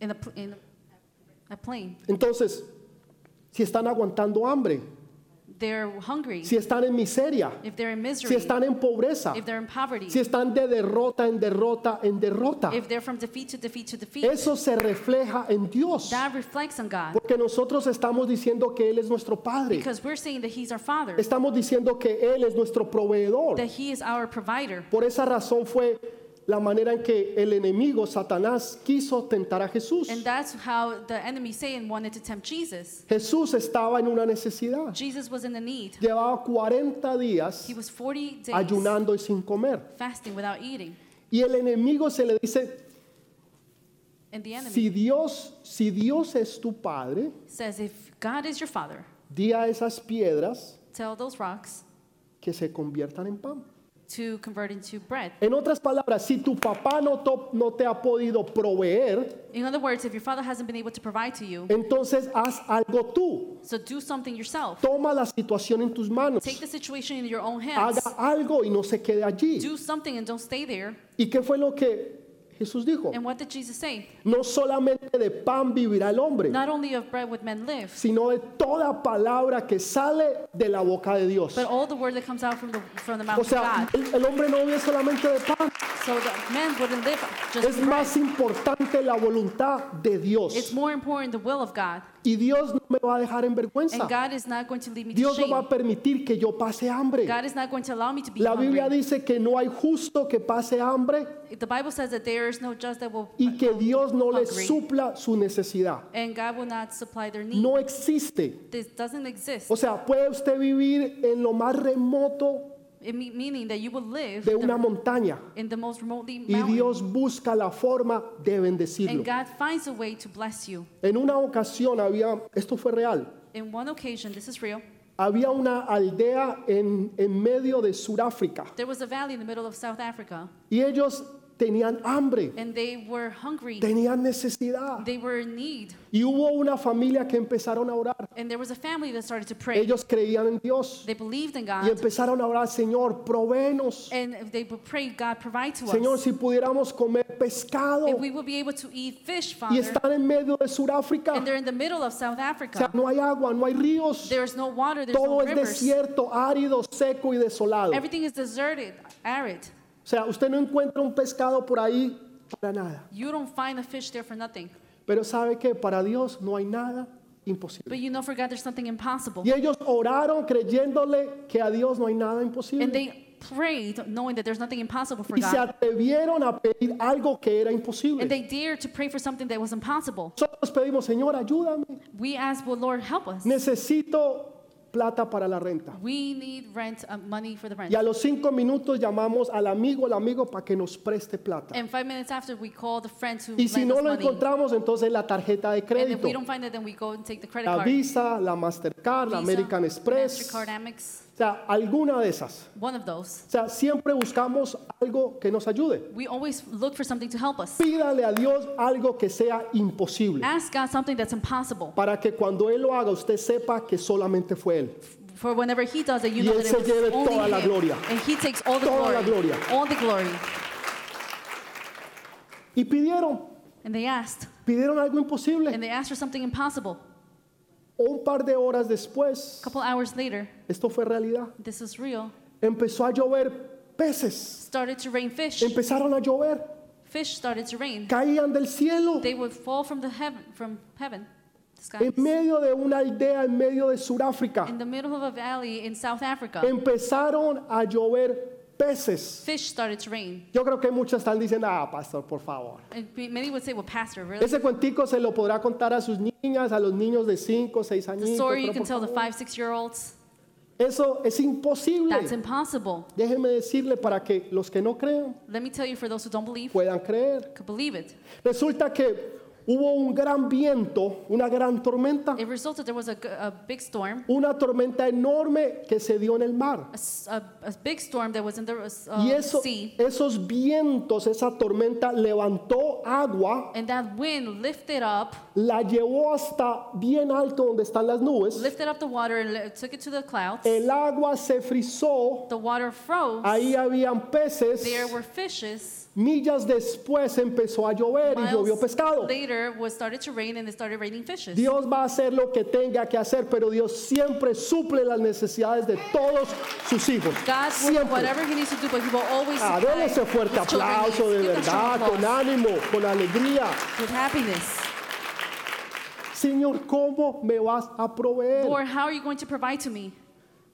Speaker 2: in, a, pl- in a plane.
Speaker 1: Entonces, si están aguantando hambre,
Speaker 2: They're hungry.
Speaker 1: si están en miseria,
Speaker 2: If they're in misery,
Speaker 1: si están en pobreza,
Speaker 2: if they're in poverty,
Speaker 1: si están de derrota en derrota en derrota,
Speaker 2: if they're from defeat to defeat to defeat,
Speaker 1: eso se refleja en Dios.
Speaker 2: that reflects on God.
Speaker 1: Porque nosotros estamos diciendo que Él es nuestro Padre.
Speaker 2: Because we're saying that He's our Father,
Speaker 1: Estamos diciendo que Él es nuestro proveedor.
Speaker 2: that He is our provider.
Speaker 1: Por esa razón fue la manera en que el enemigo Satanás quiso tentar a Jesús.
Speaker 2: And that's how the enemy, Satan, wanted to tempt Jesus.
Speaker 1: Jesús estaba en una necesidad.
Speaker 2: Jesus was in the need.
Speaker 1: Llevaba 40 días
Speaker 2: He was 40 days
Speaker 1: ayunando y sin comer.
Speaker 2: fasting without eating.
Speaker 1: Y el enemigo se le dice,
Speaker 2: and the enemy.
Speaker 1: Si Dios, si Dios es tu padre,
Speaker 2: says, if God is your father,
Speaker 1: di a esas piedras
Speaker 2: tell those rocks
Speaker 1: que se conviertan en pan.
Speaker 2: to convert into bread.
Speaker 1: En otras palabras, si tu papá no, to- no te ha podido proveer,
Speaker 2: In other words, if your father hasn't been able to provide to you,
Speaker 1: entonces haz algo tú.
Speaker 2: so do something yourself.
Speaker 1: Toma la situación en tus manos.
Speaker 2: Take the situation in your own hands.
Speaker 1: Haga algo y no se quede allí.
Speaker 2: Do something and don't stay there.
Speaker 1: ¿Y qué fue lo que Jesús dijo?
Speaker 2: And what did Jesus say?
Speaker 1: No solamente de pan vivirá el hombre,
Speaker 2: Not only of bread would men live,
Speaker 1: sino de toda palabra que sale de la boca de Dios.
Speaker 2: but all the word that comes out from the from the mouth
Speaker 1: O
Speaker 2: of
Speaker 1: sea,
Speaker 2: God.
Speaker 1: el, el hombre no vive solamente de pan.
Speaker 2: So the man wouldn't live just
Speaker 1: Es
Speaker 2: bread.
Speaker 1: más importante la voluntad de
Speaker 2: It's
Speaker 1: Dios.
Speaker 2: more important the will of God.
Speaker 1: Y Dios no me va a dejar en vergüenza.
Speaker 2: And God is not going to leave me to
Speaker 1: Dios no va a
Speaker 2: shame.
Speaker 1: permitir que yo pase hambre.
Speaker 2: God is not going to allow me to be
Speaker 1: La Biblia
Speaker 2: hungry.
Speaker 1: dice que no hay justo que pase hambre
Speaker 2: The Bible says that there is no just that will
Speaker 1: y que Dios no le
Speaker 2: Hungry.
Speaker 1: supla su necesidad.
Speaker 2: and God will not supply their need.
Speaker 1: No existe.
Speaker 2: This doesn't exist.
Speaker 1: O sea, puede usted vivir en lo más remoto
Speaker 2: It me- meaning that you will live
Speaker 1: de una
Speaker 2: the-
Speaker 1: montaña
Speaker 2: in the most remotely
Speaker 1: y
Speaker 2: mountain,
Speaker 1: Dios busca la forma de bendecirlo.
Speaker 2: and God finds a way to bless you.
Speaker 1: En una ocasión había, esto fue real,
Speaker 2: In one occasion, this is real.
Speaker 1: había una aldea en, en medio de Sudáfrica
Speaker 2: There was a valley in the middle of South Africa,
Speaker 1: y ellos tenían hambre,
Speaker 2: and they were hungry.
Speaker 1: tenían necesidad
Speaker 2: They were in need,
Speaker 1: y hubo una familia que empezaron a orar.
Speaker 2: and there was a family that started to pray.
Speaker 1: Ellos creían en Dios
Speaker 2: They believed in
Speaker 1: y
Speaker 2: God,
Speaker 1: empezaron a orar, Señor, provéenos.
Speaker 2: and they would pray, God, provide to
Speaker 1: Señor,
Speaker 2: us,
Speaker 1: si pudiéramos comer pescado
Speaker 2: and we will be able to eat fish,
Speaker 1: y
Speaker 2: Father.
Speaker 1: están en medio de Sudáfrica,
Speaker 2: And they're in the middle of South
Speaker 1: o sea,
Speaker 2: Africa.
Speaker 1: no hay agua, no hay ríos,
Speaker 2: There is no water. There's
Speaker 1: todo
Speaker 2: no
Speaker 1: es
Speaker 2: rivers.
Speaker 1: desierto, árido, seco y desolado.
Speaker 2: Everything is deserted, arid.
Speaker 1: O sea, usted no encuentra un pescado por ahí para nada.
Speaker 2: You don't find a fish there for nothing.
Speaker 1: Pero sabe que para Dios no hay nada imposible.
Speaker 2: But you know for God there's something impossible.
Speaker 1: Y ellos oraron creyéndole que a Dios no hay nada
Speaker 2: And
Speaker 1: imposible.
Speaker 2: they prayed knowing that there's nothing impossible for
Speaker 1: Y se
Speaker 2: God.
Speaker 1: atrevieron a pedir algo que era
Speaker 2: And
Speaker 1: imposible.
Speaker 2: they dared to pray for something that was impossible.
Speaker 1: Nosotros pedimos, Señor, ayúdame.
Speaker 2: We asked, well, Lord, help us.
Speaker 1: Necesito plata para la renta.
Speaker 2: We need rent, uh, money for the rent.
Speaker 1: Y a los cinco minutos llamamos al amigo, al amigo, para que nos preste plata.
Speaker 2: And five minutes after, we call the friend to
Speaker 1: Y si
Speaker 2: lend
Speaker 1: no
Speaker 2: us
Speaker 1: lo
Speaker 2: money.
Speaker 1: encontramos, entonces la tarjeta de
Speaker 2: And if we
Speaker 1: crédito,
Speaker 2: don't find it, then we go and take the credit
Speaker 1: la
Speaker 2: card.
Speaker 1: Visa, la Mastercard, la
Speaker 2: Visa,
Speaker 1: American Express,
Speaker 2: MasterCard, Amex,
Speaker 1: o sea, alguna de esas.
Speaker 2: one of those.
Speaker 1: O sea, siempre buscamos algo que nos ayude.
Speaker 2: We always look for something to help us.
Speaker 1: Pídale a Dios algo que sea imposible,
Speaker 2: Ask God something that's impossible.
Speaker 1: para que cuando Él lo haga, usted sepa que solamente fue Él.
Speaker 2: For whenever He does it, you
Speaker 1: Y
Speaker 2: know
Speaker 1: Él
Speaker 2: that
Speaker 1: se
Speaker 2: it was
Speaker 1: lleve
Speaker 2: only
Speaker 1: toda la
Speaker 2: Him.
Speaker 1: gloria.
Speaker 2: And He takes all the
Speaker 1: Toda
Speaker 2: glory.
Speaker 1: la gloria.
Speaker 2: All the glory.
Speaker 1: Y pidieron,
Speaker 2: And they asked.
Speaker 1: pidieron algo imposible.
Speaker 2: And they asked for something impossible.
Speaker 1: Un par de horas
Speaker 2: A
Speaker 1: después,
Speaker 2: couple hours later,
Speaker 1: esto fue realidad.
Speaker 2: this is real,
Speaker 1: Empezó a llover peces.
Speaker 2: started to rain fish.
Speaker 1: Empezaron a llover.
Speaker 2: Fish started to rain.
Speaker 1: Caían del cielo.
Speaker 2: They would fall from the heaven, from heaven, the
Speaker 1: En
Speaker 2: skies.
Speaker 1: medio de una aldea, en medio de Sudáfrica,
Speaker 2: In the middle of a valley in South Africa,
Speaker 1: empezaron a llover peces.
Speaker 2: fish started to rain.
Speaker 1: Yo creo que muchos están diciendo, ah, pastor, por favor.
Speaker 2: And we- many would say, well, pastor, really?
Speaker 1: Ese cuentico se lo podrá contar a sus niñas, a los niños de 5, 6 años.
Speaker 2: The story you can tell the five, six-year-olds,
Speaker 1: Eso es imposible.
Speaker 2: that's impossible.
Speaker 1: Déjeme decirle para que los que no crean
Speaker 2: Let me tell you, for those who don't believe,
Speaker 1: puedan creer.
Speaker 2: could believe it.
Speaker 1: Resulta que hubo un gran viento, una gran tormenta,
Speaker 2: It resulted there was a, g- a big storm,
Speaker 1: una tormenta enorme que se dio en el mar.
Speaker 2: a, s- a- a big storm that was in the uh,
Speaker 1: Y eso-
Speaker 2: sea,
Speaker 1: esos vientos, esa tormenta levantó agua,
Speaker 2: and that wind lifted up,
Speaker 1: la llevó hasta bien alto donde están las nubes.
Speaker 2: lifted up the water and le- took it to the clouds.
Speaker 1: El agua se frizó,
Speaker 2: The water froze.
Speaker 1: ahí habían peces.
Speaker 2: There were fishes.
Speaker 1: Millas después empezó a llover y llovió
Speaker 2: Miles
Speaker 1: pescado.
Speaker 2: Later, was started to rain, and it started raining fishes.
Speaker 1: Dios va a hacer lo que tenga que hacer, pero Dios siempre suple las necesidades de todos sus hijos.
Speaker 2: God will do
Speaker 1: Siempre.
Speaker 2: whatever He needs to do, but He will always.
Speaker 1: Ah,
Speaker 2: supply
Speaker 1: denle ese fuerte
Speaker 2: His children
Speaker 1: aplauso de
Speaker 2: needs. Give them
Speaker 1: verdad,
Speaker 2: some
Speaker 1: con
Speaker 2: applause
Speaker 1: ánimo, con alegría.
Speaker 2: with happiness.
Speaker 1: Señor, ¿cómo me vas a proveer?
Speaker 2: Lord, how are you going to provide to me?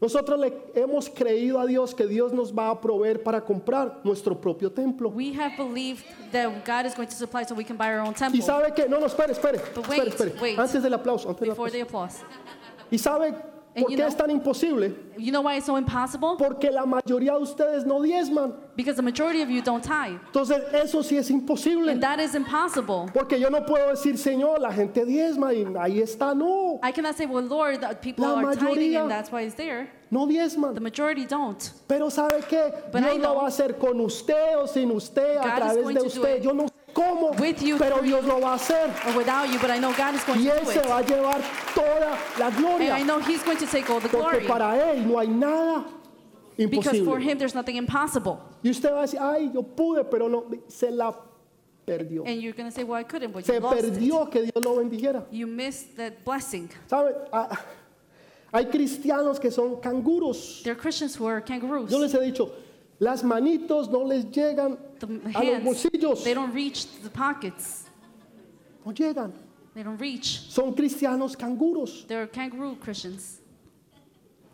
Speaker 1: Nosotros le hemos creído a Dios que Dios nos va a proveer para comprar nuestro propio templo.
Speaker 2: We have believed that God is going to supply, so we can buy our own temple.
Speaker 1: Y sabe que, no, no, espere, espere,
Speaker 2: But
Speaker 1: espere,
Speaker 2: wait,
Speaker 1: espere.
Speaker 2: wait.
Speaker 1: antes del aplauso, antes del
Speaker 2: Before
Speaker 1: aplauso.
Speaker 2: the applause,
Speaker 1: Y sabe
Speaker 2: And
Speaker 1: ¿Por
Speaker 2: you
Speaker 1: qué
Speaker 2: know-
Speaker 1: es tan imposible?
Speaker 2: You know why it's so impossible?
Speaker 1: Porque la mayoría de ustedes no diezman.
Speaker 2: Because the majority of you don't tithe.
Speaker 1: Entonces eso sí es imposible.
Speaker 2: And that is impossible.
Speaker 1: Porque yo no puedo decir, Señor, la gente diezma y ahí está. No,
Speaker 2: I cannot say, well, Lord, the people
Speaker 1: La
Speaker 2: are tithing
Speaker 1: mayoría-
Speaker 2: and that's why it's there.
Speaker 1: no
Speaker 2: The
Speaker 1: diezman.
Speaker 2: majority don't.
Speaker 1: Pero ¿sabe qué?
Speaker 2: But
Speaker 1: Dios
Speaker 2: I
Speaker 1: lo
Speaker 2: know-
Speaker 1: va a hacer con usted o sin usted,
Speaker 2: God
Speaker 1: a
Speaker 2: is
Speaker 1: través
Speaker 2: going
Speaker 1: de
Speaker 2: to do
Speaker 1: usted.
Speaker 2: it
Speaker 1: Yo no sé cómo,
Speaker 2: with you,
Speaker 1: pero
Speaker 2: through
Speaker 1: Dios lo va a hacer.
Speaker 2: Or without you, but I know God is going
Speaker 1: Y
Speaker 2: to
Speaker 1: Él
Speaker 2: do
Speaker 1: se
Speaker 2: it.
Speaker 1: va a llevar toda la
Speaker 2: And I
Speaker 1: gloria.
Speaker 2: know He's going to take all the
Speaker 1: Porque
Speaker 2: glory.
Speaker 1: para Él no hay nada
Speaker 2: Because for
Speaker 1: imposible.
Speaker 2: Him, there's nothing impossible.
Speaker 1: Y usted va a decir, ay, yo pude, pero no, se la perdió.
Speaker 2: And you're going to say, well, I couldn't, but you
Speaker 1: Se
Speaker 2: lost it.
Speaker 1: perdió que Dios lo bendijera.
Speaker 2: You missed that blessing.
Speaker 1: ¿Saben? Ah, Hay cristianos que son canguros.
Speaker 2: There are Christians who are kangaroos.
Speaker 1: Yo les he dicho, las manitos no les llegan
Speaker 2: The
Speaker 1: a los
Speaker 2: hands,
Speaker 1: bolsillos.
Speaker 2: they don't reach the pockets.
Speaker 1: No llegan.
Speaker 2: They don't reach.
Speaker 1: Son cristianos canguros.
Speaker 2: They're kangaroo Christians.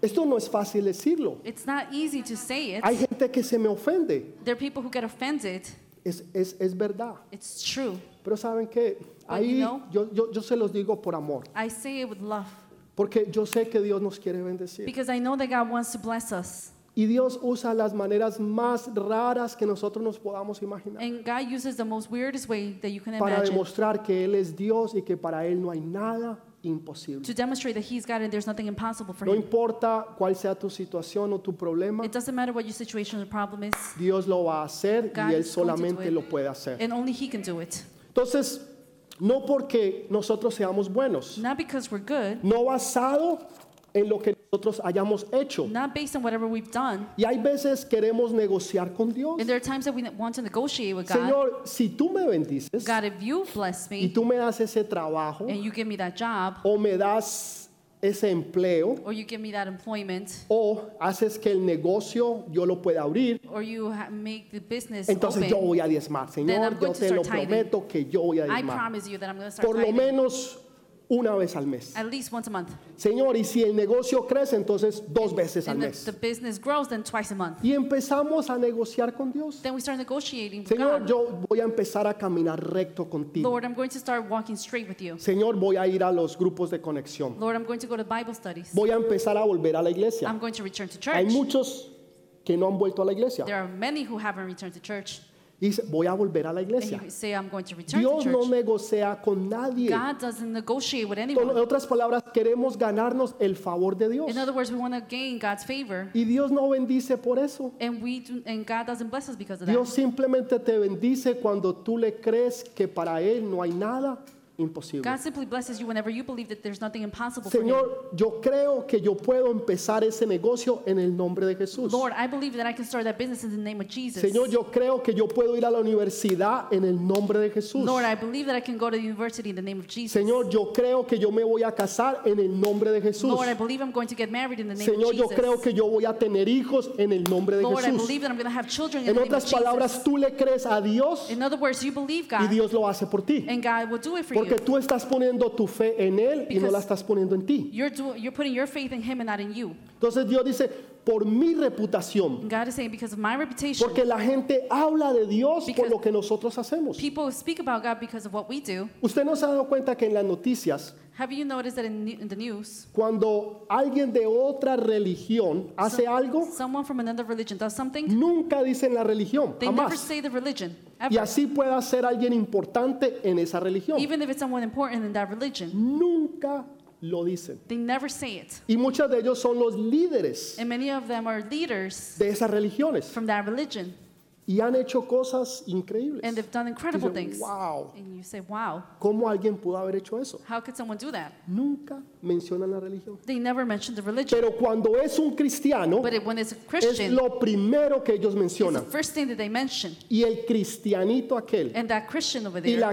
Speaker 1: Esto no es fácil decirlo.
Speaker 2: It's not easy to say it.
Speaker 1: Hay gente que se me ofende.
Speaker 2: There are people who get offended.
Speaker 1: Es, es- es verdad.
Speaker 2: It's true.
Speaker 1: Pero saben que ahí
Speaker 2: you know-
Speaker 1: yo, yo- yo se los digo por amor.
Speaker 2: I say it with love
Speaker 1: Porque yo sé que Dios nos quiere bendecir.
Speaker 2: because I know that God wants to bless us.
Speaker 1: Y Dios usa las maneras más raras que nosotros nos podamos imaginar.
Speaker 2: And God uses the most weirdest way that you can
Speaker 1: Para
Speaker 2: imagine
Speaker 1: demostrar que Él es Dios y que para Él no hay nada imposible.
Speaker 2: to demonstrate that He's God and there's nothing impossible for
Speaker 1: No
Speaker 2: Him.
Speaker 1: importa cuál sea tu situación o tu problema,
Speaker 2: It doesn't matter what your situation or problem is,
Speaker 1: Dios lo va a hacer
Speaker 2: God
Speaker 1: y Él
Speaker 2: is going to do
Speaker 1: solamente
Speaker 2: it.
Speaker 1: lo puede hacer.
Speaker 2: and only He can do it.
Speaker 1: Entonces, no porque nosotros seamos buenos,
Speaker 2: Not because we're good,
Speaker 1: no basado en lo que nosotros hayamos hecho.
Speaker 2: not based on whatever we've done.
Speaker 1: Y hay veces queremos negociar con Dios.
Speaker 2: And there are times that we want to negotiate with God.
Speaker 1: Señor, si tú me bendices
Speaker 2: God, if you bless
Speaker 1: y
Speaker 2: me
Speaker 1: tú me das ese trabajo
Speaker 2: and you give me that job
Speaker 1: o me das ese empleo
Speaker 2: or you give me that employment
Speaker 1: o haces que el negocio yo lo pueda abrir,
Speaker 2: or you ha- make the business
Speaker 1: entonces yo
Speaker 2: open,
Speaker 1: voy a diezmar. Señor,
Speaker 2: I'm
Speaker 1: yo
Speaker 2: going to
Speaker 1: te lo
Speaker 2: start tithing.
Speaker 1: prometo que yo voy a
Speaker 2: I
Speaker 1: diezmar.
Speaker 2: promise you that I'm going to start
Speaker 1: por lo
Speaker 2: tithing
Speaker 1: menos una vez al mes.
Speaker 2: at least once a month.
Speaker 1: Señor, y si el negocio crece, entonces dos veces al
Speaker 2: And if the
Speaker 1: mes.
Speaker 2: business grows, then twice a month.
Speaker 1: Y empezamos a negociar con Dios.
Speaker 2: Then we start negotiating with
Speaker 1: Señor,
Speaker 2: God.
Speaker 1: yo voy a empezar a caminar recto contigo.
Speaker 2: Lord, I'm going to start walking straight with you.
Speaker 1: Señor, voy a ir a los grupos de conexión.
Speaker 2: Lord, I'm going to go to Bible studies.
Speaker 1: Voy a empezar a volver a la iglesia.
Speaker 2: I'm going to return to
Speaker 1: Hay
Speaker 2: church.
Speaker 1: muchos que no han vuelto a la iglesia.
Speaker 2: There are many who haven't returned to church.
Speaker 1: Y dice, voy a volver a la
Speaker 2: And
Speaker 1: iglesia.
Speaker 2: you say, I'm going to return
Speaker 1: Dios
Speaker 2: to
Speaker 1: no
Speaker 2: church.
Speaker 1: negocia con nadie.
Speaker 2: God doesn't negotiate with
Speaker 1: Con
Speaker 2: anyone.
Speaker 1: otras palabras, queremos ganarnos el favor de Dios.
Speaker 2: In other words, we want to gain God's favor.
Speaker 1: Y Dios no bendice por eso.
Speaker 2: And we do, and God doesn't bless us because of that.
Speaker 1: Dios simplemente te bendice cuando tú le crees que para Él no hay nada imposible.
Speaker 2: God simply blesses you whenever you believe that there's nothing impossible for Him.
Speaker 1: Señor, yo creo que yo puedo empezar ese negocio en el nombre de Jesús.
Speaker 2: Lord, I believe that I can start that business in the name of Jesus.
Speaker 1: Señor, yo creo que yo puedo ir a la universidad en el nombre de Jesús.
Speaker 2: Lord, I believe that I can go to university in the name of Jesus.
Speaker 1: Señor, yo creo que yo me voy a casar en el nombre de Jesús.
Speaker 2: Lord, I believe I'm going to get married in the name
Speaker 1: Señor,
Speaker 2: of
Speaker 1: yo
Speaker 2: Jesus.
Speaker 1: creo que yo voy a tener hijos en el nombre de
Speaker 2: Lord, I
Speaker 1: Jesús.
Speaker 2: believe that I'm going to have children in
Speaker 1: En
Speaker 2: the name of
Speaker 1: otras
Speaker 2: Jesus.
Speaker 1: palabras, tú le crees a Dios
Speaker 2: in other words, you believe
Speaker 1: y
Speaker 2: God,
Speaker 1: Dios lo hace por ti.
Speaker 2: and God will do it for
Speaker 1: Porque
Speaker 2: you.
Speaker 1: tú estás poniendo tu fe en Él y no la
Speaker 2: Because-
Speaker 1: estás poniendo en ti.
Speaker 2: You're, do, you're putting your faith in Him and not in you.
Speaker 1: Entonces Dios dice, por mi reputación,
Speaker 2: And God is saying, because of my reputation,
Speaker 1: porque la gente habla de Dios por
Speaker 2: Because-
Speaker 1: lo que nosotros hacemos.
Speaker 2: people speak about God because of what we do.
Speaker 1: Usted no se ha dado cuenta que en las noticias,
Speaker 2: Have you noticed that in, in the news,
Speaker 1: cuando alguien de otra religión hace algo,
Speaker 2: someone from another religion does something?
Speaker 1: nunca dicen la religión,
Speaker 2: They never
Speaker 1: jamás.
Speaker 2: say the religion,
Speaker 1: Y
Speaker 2: ever.
Speaker 1: así pueda ser alguien importante en esa religión.
Speaker 2: even if it's someone important in that religion.
Speaker 1: Nunca lo dicen.
Speaker 2: They never say it.
Speaker 1: Y muchos de ellos son los líderes
Speaker 2: And many of them are leaders
Speaker 1: de esas religiones
Speaker 2: from that religion.
Speaker 1: y han hecho cosas increíbles.
Speaker 2: And they've done incredible
Speaker 1: Dicen,
Speaker 2: things.
Speaker 1: wow,
Speaker 2: And you say, wow,
Speaker 1: ¿cómo alguien pudo haber hecho eso?
Speaker 2: how could someone do that?
Speaker 1: Nunca mencionan la religión.
Speaker 2: They never mention the religion.
Speaker 1: Pero cuando es un cristiano,
Speaker 2: But it, when it's a
Speaker 1: es
Speaker 2: Christian,
Speaker 1: lo primero que ellos
Speaker 2: it's the
Speaker 1: mencionan.
Speaker 2: first thing that they mention.
Speaker 1: Y el cristianito aquel,
Speaker 2: And that Christian over
Speaker 1: y
Speaker 2: there,
Speaker 1: la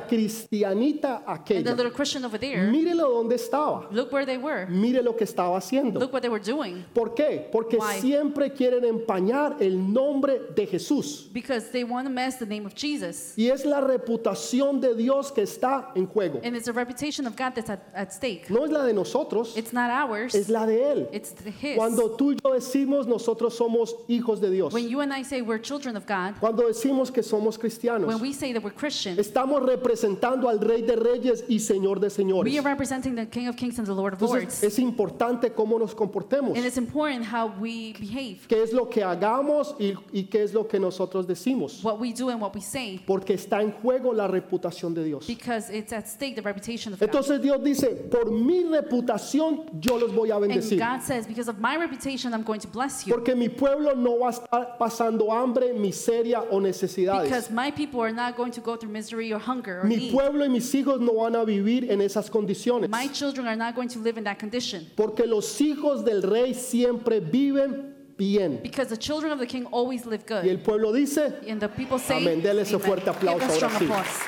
Speaker 1: cristianita
Speaker 2: and the
Speaker 1: aquella,
Speaker 2: little Christian over there,
Speaker 1: mírelo dónde estaba,
Speaker 2: look where they were.
Speaker 1: mire lo que estaba haciendo.
Speaker 2: Look what they were doing.
Speaker 1: ¿Por qué? Porque
Speaker 2: Why?
Speaker 1: siempre quieren empañar el nombre de Jesús.
Speaker 2: because they want to mess the name of Jesus.
Speaker 1: Y es la reputación de Dios que está en juego.
Speaker 2: And it's the reputation of God that's at, at stake.
Speaker 1: No es la de nosotros,
Speaker 2: It's not ours,
Speaker 1: es la de Él.
Speaker 2: it's th- His.
Speaker 1: Cuando tú y yo decimos nosotros somos hijos de Dios,
Speaker 2: when you and I say we're children of God,
Speaker 1: cuando decimos que somos cristianos,
Speaker 2: when we say that we're Christians,
Speaker 1: estamos representando al Rey de Reyes y Señor de Señores.
Speaker 2: we are representing the King of Kings and the Lord of
Speaker 1: Entonces
Speaker 2: Lords.
Speaker 1: es importante cómo nos comportemos,
Speaker 2: And it's important how we behave,
Speaker 1: qué es lo que hagamos y, y qué es lo que nosotros decimos,
Speaker 2: what we do and what we say,
Speaker 1: porque está en juego la reputación de Dios.
Speaker 2: because it's at stake the reputation of God.
Speaker 1: Entonces Dios dice, por mi reputación yo los voy a
Speaker 2: And
Speaker 1: bendecir,
Speaker 2: God says, because of my reputation, I'm going to bless you.
Speaker 1: porque mi pueblo no va a estar pasando hambre, miseria o necesidades.
Speaker 2: Because my people are not going to go through misery or hunger or
Speaker 1: Mi
Speaker 2: need.
Speaker 1: pueblo y mis hijos no van a vivir en esas condiciones.
Speaker 2: My children are not going to live in that condition.
Speaker 1: Porque los hijos del rey siempre viven bien.
Speaker 2: Because the children of the king always live
Speaker 1: Y
Speaker 2: good.
Speaker 1: el pueblo dice,
Speaker 2: And the people say,
Speaker 1: Amén. Dele ese
Speaker 2: Amen.
Speaker 1: fuerte aplauso
Speaker 2: Give us strong
Speaker 1: ahora sí.
Speaker 2: applause.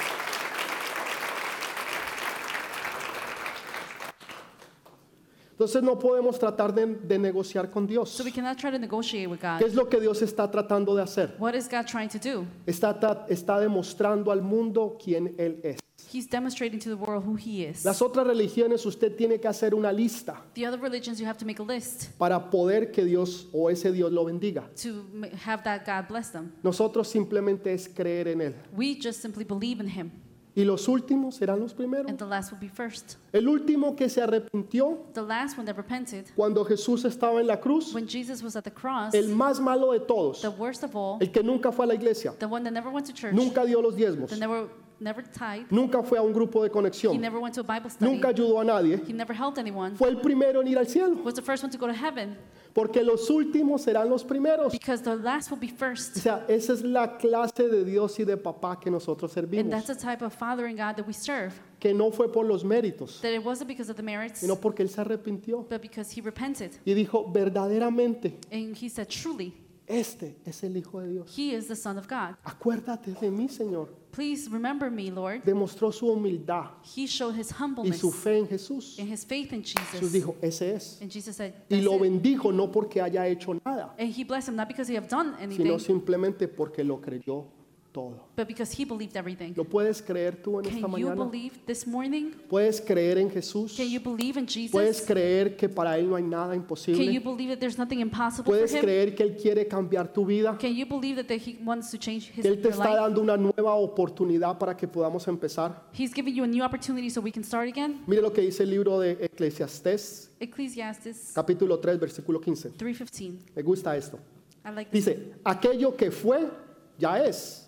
Speaker 1: entonces no podemos tratar de, de negociar con Dios.
Speaker 2: So we cannot try to negotiate with
Speaker 1: ¿Qué
Speaker 2: God.
Speaker 1: es lo que Dios está tratando de hacer?
Speaker 2: What is God trying to do?
Speaker 1: Está, tra- está demostrando al mundo quién Él es.
Speaker 2: He's demonstrating to the world who he is.
Speaker 1: Las otras religiones usted tiene que hacer una lista
Speaker 2: The other religions, you have to make a list
Speaker 1: para poder que Dios o ese Dios lo bendiga.
Speaker 2: to ma- have that God bless them.
Speaker 1: Nosotros simplemente es creer en Él.
Speaker 2: We just simply believe in him.
Speaker 1: Y los últimos serán los primeros.
Speaker 2: And the last will be first.
Speaker 1: El último que se arrepintió
Speaker 2: The last one that repented,
Speaker 1: cuando Jesús estaba en la cruz,
Speaker 2: when Jesus was at the cross,
Speaker 1: el más malo de todos,
Speaker 2: the worst of all,
Speaker 1: el que nunca fue a la iglesia,
Speaker 2: the one that never went to church,
Speaker 1: nunca dio los diezmos,
Speaker 2: that never, never tithed,
Speaker 1: nunca fue a un grupo de
Speaker 2: he
Speaker 1: conexión,
Speaker 2: never went to a Bible study,
Speaker 1: nunca ayudó a nadie,
Speaker 2: he never helped anyone,
Speaker 1: fue el primero en ir al cielo,
Speaker 2: was the first one to go to heaven
Speaker 1: porque los últimos serán los primeros.
Speaker 2: because the last will be
Speaker 1: O
Speaker 2: first.
Speaker 1: sea, esa es la clase de Dios y de papá que nosotros
Speaker 2: And
Speaker 1: servimos,
Speaker 2: that's the type of Father in God that we serve.
Speaker 1: que no fue por los méritos,
Speaker 2: That it wasn't because of the merits,
Speaker 1: sino porque Él se arrepintió
Speaker 2: but because he repented.
Speaker 1: y dijo, verdaderamente,
Speaker 2: And he said, Truly,
Speaker 1: este es el Hijo de Dios.
Speaker 2: he is the Son of God.
Speaker 1: Acuérdate de mí, Señor.
Speaker 2: Please remember me, Lord.
Speaker 1: Demostró su humildad
Speaker 2: He showed his
Speaker 1: y
Speaker 2: humbleness
Speaker 1: su fe en Jesús.
Speaker 2: and his faith in
Speaker 1: Jesús
Speaker 2: Jesus.
Speaker 1: dijo, ese es.
Speaker 2: And Jesus said,
Speaker 1: Y
Speaker 2: "That's
Speaker 1: lo
Speaker 2: it."
Speaker 1: bendijo no porque haya hecho nada,
Speaker 2: And he blessed him not because he have done
Speaker 1: sino
Speaker 2: anything,
Speaker 1: simplemente porque lo creyó todo.
Speaker 2: but because he believed everything.
Speaker 1: ¿Lo puedes creer tú en esta
Speaker 2: Can you
Speaker 1: mañana?
Speaker 2: believe this morning?
Speaker 1: ¿Puedes creer en Jesús?
Speaker 2: Can you believe in
Speaker 1: ¿Puedes
Speaker 2: Jesus?
Speaker 1: creer que para Él no hay nada
Speaker 2: Can you
Speaker 1: imposible?
Speaker 2: believe that there's nothing impossible for
Speaker 1: ¿Puedes
Speaker 2: him?
Speaker 1: creer que Él quiere cambiar tu vida?
Speaker 2: Can you believe that, that he wants to change his
Speaker 1: Que Él te
Speaker 2: your
Speaker 1: está
Speaker 2: life?
Speaker 1: dando una nueva oportunidad para que podamos empezar.
Speaker 2: He's giving you a new opportunity so we can start again.
Speaker 1: Mire lo que dice el libro de Eclesiastés,
Speaker 2: Ecclesiastes
Speaker 1: capítulo 3, versículo 15.
Speaker 2: 3:15.
Speaker 1: Me gusta esto.
Speaker 2: I like this.
Speaker 1: Dice, aquello que fue, ya es.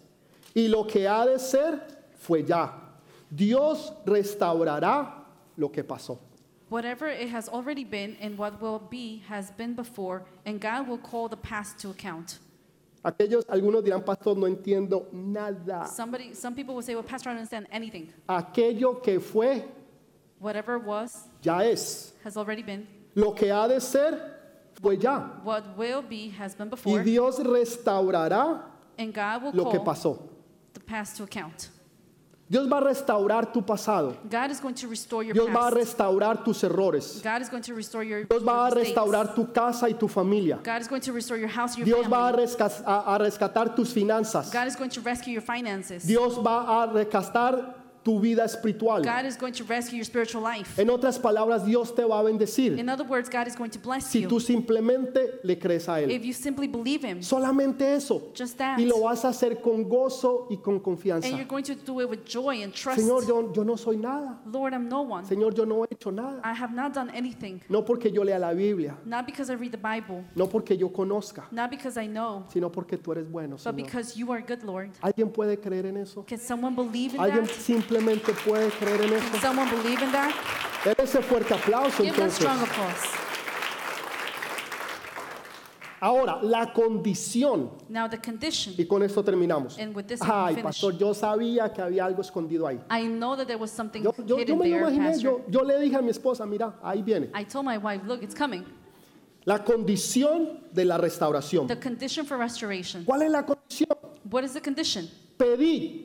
Speaker 1: Y lo que ha de ser, fue ya. Dios restaurará lo que pasó.
Speaker 2: Whatever it has already been and what will be has been before, and God will call the past to account.
Speaker 1: Aquellos, algunos dirán, pastor, no entiendo nada.
Speaker 2: Somebody, some people will say, "Well, Pastor, I don't understand anything.
Speaker 1: Aquello que fue,
Speaker 2: Whatever was
Speaker 1: ya es.
Speaker 2: has already been.
Speaker 1: Lo que ha de ser, fue ya.
Speaker 2: What will be has been
Speaker 1: Y
Speaker 2: before,
Speaker 1: Dios restaurará
Speaker 2: and God will
Speaker 1: lo que
Speaker 2: call
Speaker 1: pasó.
Speaker 2: the past to account.
Speaker 1: Dios va a restaurar tu pasado.
Speaker 2: God is going to restore your
Speaker 1: Dios va a
Speaker 2: past.
Speaker 1: restaurar tus errores.
Speaker 2: God is going to restore your.
Speaker 1: Dios va a
Speaker 2: your mistakes.
Speaker 1: restaurar tu casa y tu familia.
Speaker 2: God is going to restore your house, and your
Speaker 1: Dios va a
Speaker 2: family.
Speaker 1: resca- a- a rescatar tus finanzas.
Speaker 2: God is going to rescue your finances.
Speaker 1: Dios va a recastar tu vida espiritual.
Speaker 2: God is going to rescue your spiritual life.
Speaker 1: En otras palabras, Dios te va a bendecir
Speaker 2: In other words, God is going to bless
Speaker 1: si tú
Speaker 2: you
Speaker 1: simplemente le crees a Él.
Speaker 2: if you simply believe Him.
Speaker 1: Solamente eso.
Speaker 2: Just that.
Speaker 1: Y lo vas a hacer con gozo y con
Speaker 2: And you're
Speaker 1: confianza.
Speaker 2: going to do it with joy and trust.
Speaker 1: Señor, yo, yo no soy nada.
Speaker 2: Lord, I'm no one.
Speaker 1: Señor, yo no he hecho nada.
Speaker 2: I have not done anything.
Speaker 1: No porque yo lea la Biblia,
Speaker 2: Not because I read the Bible,
Speaker 1: no porque yo conozca,
Speaker 2: not because I know,
Speaker 1: sino porque tú eres bueno,
Speaker 2: but
Speaker 1: Señor.
Speaker 2: because you are good, Lord.
Speaker 1: ¿Alguien puede creer en eso?
Speaker 2: Can someone believe in
Speaker 1: ¿Alguien
Speaker 2: that?
Speaker 1: simplemente puede creer en
Speaker 2: Can
Speaker 1: eso?
Speaker 2: someone believe in that?
Speaker 1: Dale ese fuerte aplauso
Speaker 2: Give that
Speaker 1: entonces.
Speaker 2: strong applause.
Speaker 1: Ahora, la condición,
Speaker 2: Now, the condition,
Speaker 1: y con esto terminamos.
Speaker 2: and with this, I will
Speaker 1: Ay,
Speaker 2: finish.
Speaker 1: pastor, yo sabía que había algo escondido ahí.
Speaker 2: I know that there was something
Speaker 1: Yo, yo- yo
Speaker 2: hidden
Speaker 1: me lo
Speaker 2: there,
Speaker 1: imaginé,
Speaker 2: Pastor.
Speaker 1: yo, yo le dije a mi esposa, mira, ahí viene.
Speaker 2: I told my wife, look, it's coming.
Speaker 1: La condición de la restauración.
Speaker 2: The condition for restoration.
Speaker 1: ¿Cuál es la condición?
Speaker 2: What is the condition?
Speaker 1: Pedí,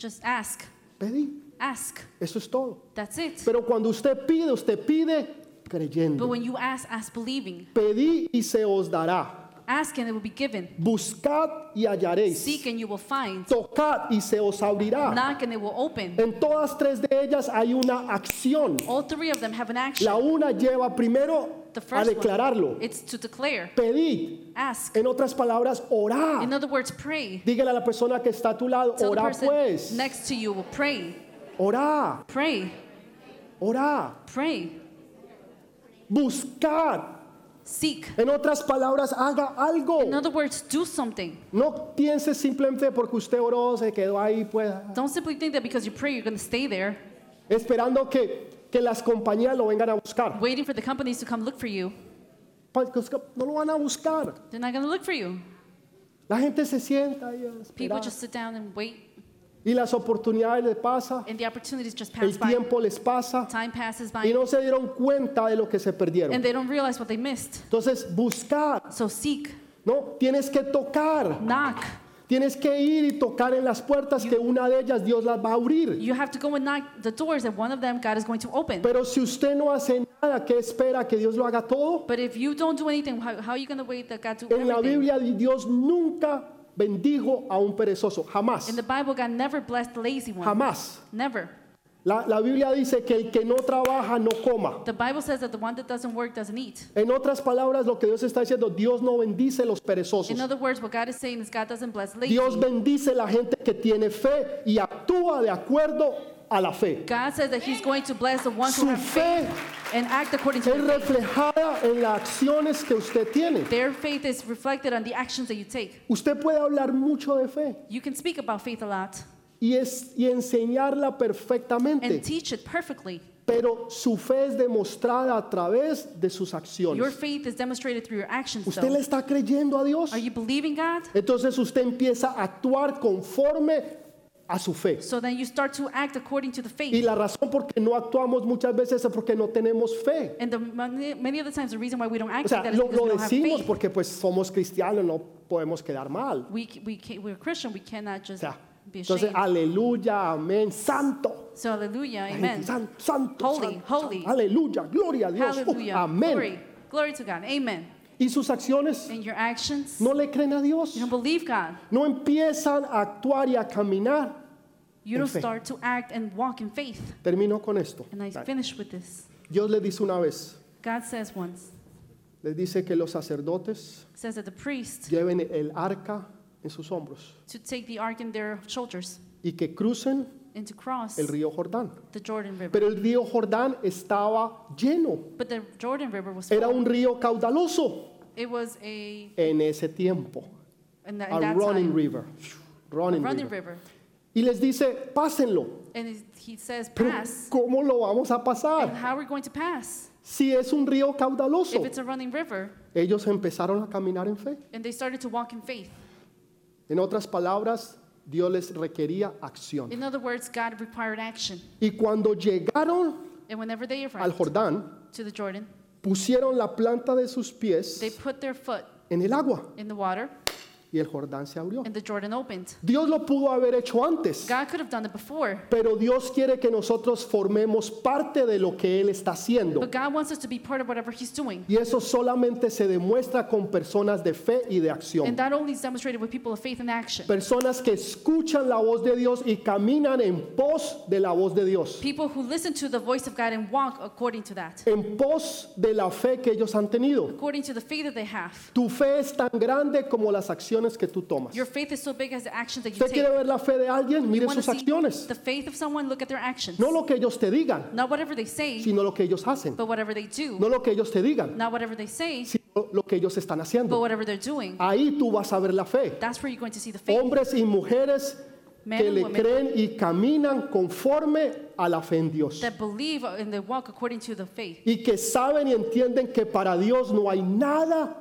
Speaker 2: Just ask.
Speaker 1: pedí,
Speaker 2: Ask.
Speaker 1: eso es todo.
Speaker 2: That's it.
Speaker 1: Pero cuando usted pide, usted pide
Speaker 2: But
Speaker 1: creyendo.
Speaker 2: when you ask, ask believing.
Speaker 1: Pedí y se os dará.
Speaker 2: Ask and it will be given.
Speaker 1: Buscad y hallaréis.
Speaker 2: Seek and you will find.
Speaker 1: Tocad y se os abrirá.
Speaker 2: Knock and it will open.
Speaker 1: En todas tres de ellas hay una acción.
Speaker 2: All three of them have an action.
Speaker 1: La una lleva primero
Speaker 2: The first
Speaker 1: a
Speaker 2: one,
Speaker 1: declararlo.
Speaker 2: It's to declare.
Speaker 1: Pedid.
Speaker 2: Ask.
Speaker 1: En otras palabras,
Speaker 2: In
Speaker 1: orad.
Speaker 2: other words, pray.
Speaker 1: Dígale a la persona que está a tu lado,
Speaker 2: Tell the
Speaker 1: orá
Speaker 2: person
Speaker 1: pues.
Speaker 2: next to you, pray,
Speaker 1: Orá,
Speaker 2: pray,
Speaker 1: orá.
Speaker 2: pray,
Speaker 1: Buscad.
Speaker 2: seek.
Speaker 1: En otras palabras, haga algo.
Speaker 2: In other words, do something.
Speaker 1: No piense simplemente porque usted oró, se quedó ahí, pues,
Speaker 2: Don't simply think that because you pray, you're going to stay there,
Speaker 1: esperando que, que las compañías lo vengan a buscar.
Speaker 2: waiting for the companies to come look for you.
Speaker 1: Pa- que usted- No lo van a buscar.
Speaker 2: They're not going to look for you.
Speaker 1: La gente se sienta ahí a
Speaker 2: People
Speaker 1: esperar.
Speaker 2: just sit down and wait,
Speaker 1: y las oportunidades les pasa,
Speaker 2: and the opportunities just pass
Speaker 1: el
Speaker 2: by.
Speaker 1: tiempo les pasa
Speaker 2: Time passes by,
Speaker 1: y no se dieron cuenta de lo que se perdieron.
Speaker 2: and they don't realize what they missed.
Speaker 1: Entonces, buscar,
Speaker 2: So seek,
Speaker 1: ¿no? Tienes que tocar,
Speaker 2: knock.
Speaker 1: tienes que ir y tocar en las puertas que una de ellas Dios las va a abrir.
Speaker 2: You have to go and knock the doors, and one of them God is going to open.
Speaker 1: Pero si usted no hace nada, ¿qué espera que Dios lo haga todo?
Speaker 2: But if you don't do anything, how, how are you going to wait that God do
Speaker 1: En la
Speaker 2: everything?
Speaker 1: Biblia Dios nunca bendijo a un perezoso, jamás,
Speaker 2: In the Bible, God never blessed the lazy one.
Speaker 1: jamás.
Speaker 2: Never.
Speaker 1: La, la Biblia dice que el que no trabaja no coma.
Speaker 2: The Bible says that the one that doesn't work doesn't eat.
Speaker 1: En otras palabras, lo que Dios está diciendo, Dios no bendice los perezosos.
Speaker 2: In other words, what God is saying is God doesn't bless lazy.
Speaker 1: Dios bendice la gente que tiene fe y actúa de acuerdo a la fe.
Speaker 2: God says that He's going to bless the ones who
Speaker 1: Su
Speaker 2: have
Speaker 1: fe
Speaker 2: faith and act according to
Speaker 1: es
Speaker 2: their faith.
Speaker 1: reflejada en las acciones que usted tiene.
Speaker 2: Their faith is reflected on the actions that you take.
Speaker 1: Usted puede hablar mucho de fe
Speaker 2: You can speak about faith a lot
Speaker 1: y, es, y enseñarla perfectamente,
Speaker 2: and teach it perfectly.
Speaker 1: pero su fe es demostrada a través de sus
Speaker 2: Your
Speaker 1: acciones.
Speaker 2: faith is demonstrated through your actions,
Speaker 1: Usted le
Speaker 2: though.
Speaker 1: está creyendo a Dios.
Speaker 2: Are you believing God?
Speaker 1: Entonces usted empieza a actuar conforme a su fe.
Speaker 2: So then you start to act according to the
Speaker 1: Y
Speaker 2: faith.
Speaker 1: la razón por qué no actuamos muchas veces es porque no tenemos fe.
Speaker 2: And the, many, many of the times, the reason why we don't
Speaker 1: O
Speaker 2: act
Speaker 1: sea,
Speaker 2: like that is
Speaker 1: lo,
Speaker 2: because we
Speaker 1: lo
Speaker 2: don't have
Speaker 1: decimos
Speaker 2: faith.
Speaker 1: porque pues somos cristianos, no podemos quedar mal.
Speaker 2: We, c- we can, we're Christian. We cannot
Speaker 1: O
Speaker 2: just
Speaker 1: sea,
Speaker 2: be
Speaker 1: entonces, ah,
Speaker 2: ashamed.
Speaker 1: aleluya, amén, santo.
Speaker 2: So hallelujah,
Speaker 1: La gente,
Speaker 2: amen.
Speaker 1: san- santo,
Speaker 2: Holy,
Speaker 1: santo,
Speaker 2: holy.
Speaker 1: aleluya, gloria a Dios, uh,
Speaker 2: Hallelujah.
Speaker 1: amén.
Speaker 2: Glory. Glory to God. Amen.
Speaker 1: Y sus acciones
Speaker 2: In your actions,
Speaker 1: no le creen a Dios,
Speaker 2: you don't believe God.
Speaker 1: no empiezan a actuar y a caminar.
Speaker 2: You
Speaker 1: En
Speaker 2: don't
Speaker 1: fe.
Speaker 2: start to act and walk in faith.
Speaker 1: Termino con esto.
Speaker 2: And I finish with this.
Speaker 1: Dios le dice una vez,
Speaker 2: God says once,
Speaker 1: les dice que los sacerdotes
Speaker 2: says that the priest
Speaker 1: lleven el arca en sus hombros
Speaker 2: to take the ark in their shoulders
Speaker 1: y que crucen
Speaker 2: and to cross
Speaker 1: el río Jordán.
Speaker 2: the Jordan River.
Speaker 1: Pero el río Jordán estaba lleno
Speaker 2: But the Jordan River was
Speaker 1: Era
Speaker 2: full.
Speaker 1: un río caudaloso
Speaker 2: it was a
Speaker 1: en ese tiempo.
Speaker 2: in that, in
Speaker 1: A
Speaker 2: that
Speaker 1: running
Speaker 2: time,
Speaker 1: river. Running
Speaker 2: running
Speaker 1: river.
Speaker 2: river.
Speaker 1: Y les dice, pásenlo.
Speaker 2: And it- he says,
Speaker 1: Pero
Speaker 2: pass.
Speaker 1: ¿cómo lo vamos a
Speaker 2: And
Speaker 1: pasar?
Speaker 2: how are we going to pass?
Speaker 1: Si es un río caudaloso.
Speaker 2: If it's a running river,
Speaker 1: Ellos empezaron a caminar en fe.
Speaker 2: and they started to walk in faith.
Speaker 1: En otras palabras, Dios les requería acción.
Speaker 2: In other words, God required action.
Speaker 1: Y cuando llegaron
Speaker 2: And whenever they
Speaker 1: al
Speaker 2: arrived
Speaker 1: Jordán,
Speaker 2: to the Jordan,
Speaker 1: pusieron la planta de sus
Speaker 2: they
Speaker 1: pies
Speaker 2: put their foot
Speaker 1: en el agua
Speaker 2: in the water,
Speaker 1: y el Jordán se abrió.
Speaker 2: and the Jordan opened.
Speaker 1: Dios lo pudo haber hecho antes.
Speaker 2: God could have done it before,
Speaker 1: Pero Dios quiere que nosotros formemos parte de lo que Él está haciendo.
Speaker 2: but God wants us to be part of whatever He's doing.
Speaker 1: Y eso solamente se demuestra con personas de fe y de acción.
Speaker 2: And that only is demonstrated with people of faith and action.
Speaker 1: Personas que escuchan la voz de Dios y caminan en pos de la voz de Dios.
Speaker 2: People who listen to the voice of God and walk according to that,
Speaker 1: En pos de la fe que ellos han tenido.
Speaker 2: according to the faith that they have.
Speaker 1: Tu fe es tan grande como las acciones que tú tomas.
Speaker 2: Your faith is so big as the actions that you
Speaker 1: ¿Usted
Speaker 2: take.
Speaker 1: quiere ver la fe de alguien? Mire
Speaker 2: wanna
Speaker 1: sus
Speaker 2: see
Speaker 1: acciones.
Speaker 2: the faith of someone, look at their actions.
Speaker 1: No lo que ellos te digan,
Speaker 2: Not whatever they say,
Speaker 1: sino lo que ellos hacen.
Speaker 2: but whatever they do.
Speaker 1: No lo que ellos te digan,
Speaker 2: Not whatever they say,
Speaker 1: sino lo que ellos están
Speaker 2: but
Speaker 1: haciendo.
Speaker 2: whatever they're doing.
Speaker 1: Ahí tú vas a ver la fe.
Speaker 2: That's where you're going to see the faith.
Speaker 1: hombres y mujeres
Speaker 2: Men
Speaker 1: que
Speaker 2: and
Speaker 1: le
Speaker 2: women.
Speaker 1: creen y caminan conforme a la fe en Dios
Speaker 2: that believe and they walk according to the faith.
Speaker 1: y que saben y entienden que para Dios no hay nada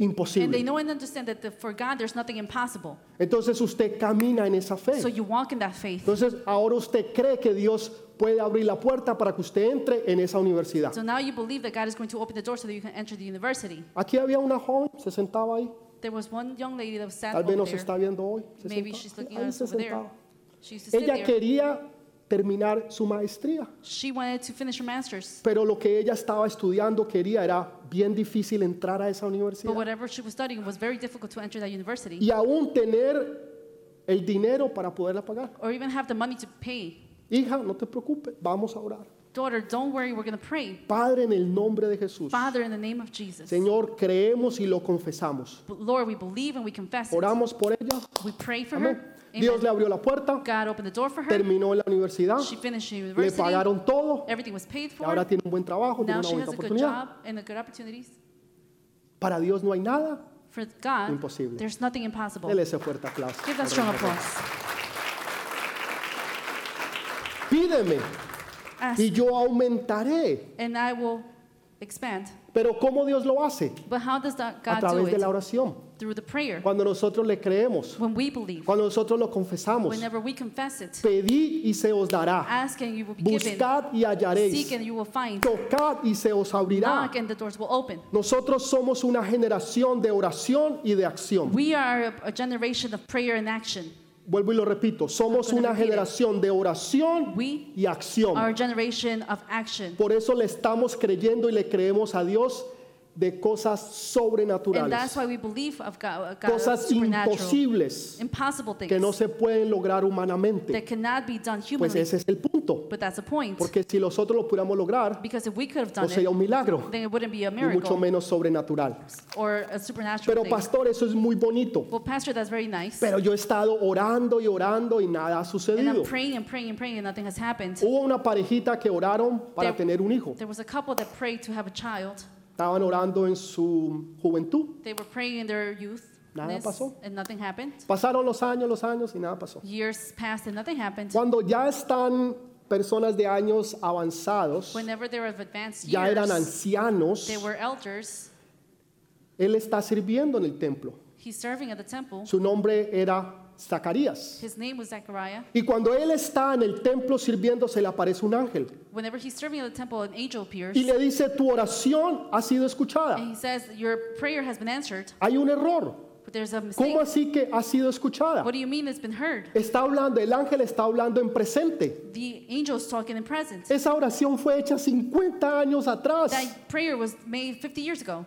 Speaker 2: And they
Speaker 1: imposible.
Speaker 2: know and understand that the, for God there's nothing impossible.
Speaker 1: Entonces usted camina en esa
Speaker 2: So
Speaker 1: fe.
Speaker 2: you walk in that faith.
Speaker 1: Entonces ahora usted cree que Dios puede abrir la puerta para que usted entre en esa universidad.
Speaker 2: So now you believe that God is going to open the door so that you can enter the university.
Speaker 1: Aquí había una joven, se sentaba ahí,
Speaker 2: There was one young lady that was sat
Speaker 1: tal vez
Speaker 2: over
Speaker 1: nos
Speaker 2: there.
Speaker 1: está viendo hoy. se
Speaker 2: Maybe
Speaker 1: sentaba,
Speaker 2: she's looking
Speaker 1: ahí
Speaker 2: at us
Speaker 1: se
Speaker 2: over there.
Speaker 1: sentaba.
Speaker 2: She used to sit
Speaker 1: Ella
Speaker 2: there.
Speaker 1: quería terminar su maestría.
Speaker 2: She wanted to finish her master's,
Speaker 1: Pero lo que ella estaba estudiando quería era bien difícil entrar a esa
Speaker 2: but
Speaker 1: universidad.
Speaker 2: whatever she was studying was very difficult to enter that university
Speaker 1: Y aún tener el dinero para poderla pagar.
Speaker 2: or even have the money to pay.
Speaker 1: Hija, no te preocupes, vamos a orar.
Speaker 2: Daughter, don't worry, we're going to pray.
Speaker 1: Padre, en el nombre de Jesús.
Speaker 2: Father, in the name of Jesus.
Speaker 1: Señor, creemos y lo confesamos.
Speaker 2: But Lord, we believe and we confess. it.
Speaker 1: Oramos por ella.
Speaker 2: We pray for
Speaker 1: Amén.
Speaker 2: her.
Speaker 1: Dios le
Speaker 2: Amen.
Speaker 1: abrió la puerta,
Speaker 2: God opened the door for her.
Speaker 1: terminó en la universidad,
Speaker 2: She finished
Speaker 1: le
Speaker 2: university.
Speaker 1: pagaron todo
Speaker 2: Everything was paid
Speaker 1: y
Speaker 2: for.
Speaker 1: ahora tiene un buen trabajo, tiene
Speaker 2: Now
Speaker 1: una
Speaker 2: she
Speaker 1: buena
Speaker 2: has a good
Speaker 1: oportunidad.
Speaker 2: job and a good opportunities.
Speaker 1: Para Dios no hay nada.
Speaker 2: For God,
Speaker 1: Imposible.
Speaker 2: there's nothing impossible.
Speaker 1: Dele ese fuerte aplauso.
Speaker 2: Give that strong applause.
Speaker 1: Pídeme
Speaker 2: Ask,
Speaker 1: y yo aumentaré.
Speaker 2: and I will expand.
Speaker 1: Pero ¿cómo Dios lo hace?
Speaker 2: But how does that
Speaker 1: A
Speaker 2: God
Speaker 1: través
Speaker 2: do
Speaker 1: de la
Speaker 2: it?
Speaker 1: oración.
Speaker 2: Through the prayer.
Speaker 1: Cuando nosotros le creemos,
Speaker 2: When we believe.
Speaker 1: cuando nosotros lo confesamos,
Speaker 2: Whenever we confess it.
Speaker 1: pedid y se os dará.
Speaker 2: Ask and you will be given.
Speaker 1: Buscad y
Speaker 2: Seek
Speaker 1: hallaréis.
Speaker 2: and you will find.
Speaker 1: Tocad y se os abrirá.
Speaker 2: Knock and the doors will open.
Speaker 1: Nosotros somos una generación de oración y de acción.
Speaker 2: We are a- a generation of prayer and action.
Speaker 1: Vuelvo y lo repito, somos
Speaker 2: I'm
Speaker 1: una
Speaker 2: gonna repeat it.
Speaker 1: generación de oración
Speaker 2: We
Speaker 1: y
Speaker 2: are
Speaker 1: acción.
Speaker 2: a generation of action.
Speaker 1: Por eso le estamos creyendo y le creemos a Dios de cosas
Speaker 2: And that's
Speaker 1: sobrenaturales,
Speaker 2: why we believe of God, of God of
Speaker 1: cosas
Speaker 2: supernatural,
Speaker 1: imposibles
Speaker 2: impossible things
Speaker 1: que no se pueden lograr humanamente.
Speaker 2: that cannot be done
Speaker 1: Pues
Speaker 2: humanly.
Speaker 1: ese es el punto,
Speaker 2: but that's the point.
Speaker 1: porque si nosotros lo pudiéramos lograr,
Speaker 2: because if we could have
Speaker 1: no
Speaker 2: done
Speaker 1: sería
Speaker 2: it,
Speaker 1: un milagro
Speaker 2: then it wouldn't be
Speaker 1: y
Speaker 2: a
Speaker 1: mucho
Speaker 2: miracle
Speaker 1: menos sobrenatural.
Speaker 2: or a supernatural
Speaker 1: Pero
Speaker 2: thing.
Speaker 1: pastor, eso es muy bonito.
Speaker 2: well, Pastor, that's very nice.
Speaker 1: Pero yo he estado orando y orando y nada ha
Speaker 2: and I'm
Speaker 1: sucedido.
Speaker 2: praying and praying and praying, and nothing has happened.
Speaker 1: Hubo una parejita que oraron para
Speaker 2: There-
Speaker 1: tener un hijo.
Speaker 2: There was a couple that prayed to have a child.
Speaker 1: Estaban orando en su juventud.
Speaker 2: They were praying in their youth,
Speaker 1: Nada pasó.
Speaker 2: and nothing happened.
Speaker 1: Pasaron los años, los años y nada pasó.
Speaker 2: Years passed and nothing happened.
Speaker 1: Cuando ya están personas de años avanzados,
Speaker 2: Whenever they were of advanced
Speaker 1: ya eran
Speaker 2: years,
Speaker 1: ancianos,
Speaker 2: they were elders.
Speaker 1: él está sirviendo en el templo.
Speaker 2: He's serving at the temple.
Speaker 1: Su nombre era Zacarías.
Speaker 2: His name was Zechariah.
Speaker 1: Y cuando él está en el templo sirviendo, se le aparece un ángel
Speaker 2: Whenever he's serving at the temple, an angel appears
Speaker 1: y le dice, tu oración ha sido
Speaker 2: and
Speaker 1: escuchada.
Speaker 2: he says, Your prayer has been answered,
Speaker 1: Hay un error.
Speaker 2: but there's a mistake.
Speaker 1: ¿Cómo así que ha sido escuchada?
Speaker 2: What do you mean it's been heard?
Speaker 1: Está hablando, el ángel está hablando en presente.
Speaker 2: The angel's talking in present.
Speaker 1: Esa oración fue hecha 50 años atrás.
Speaker 2: That prayer was made 50 years ago.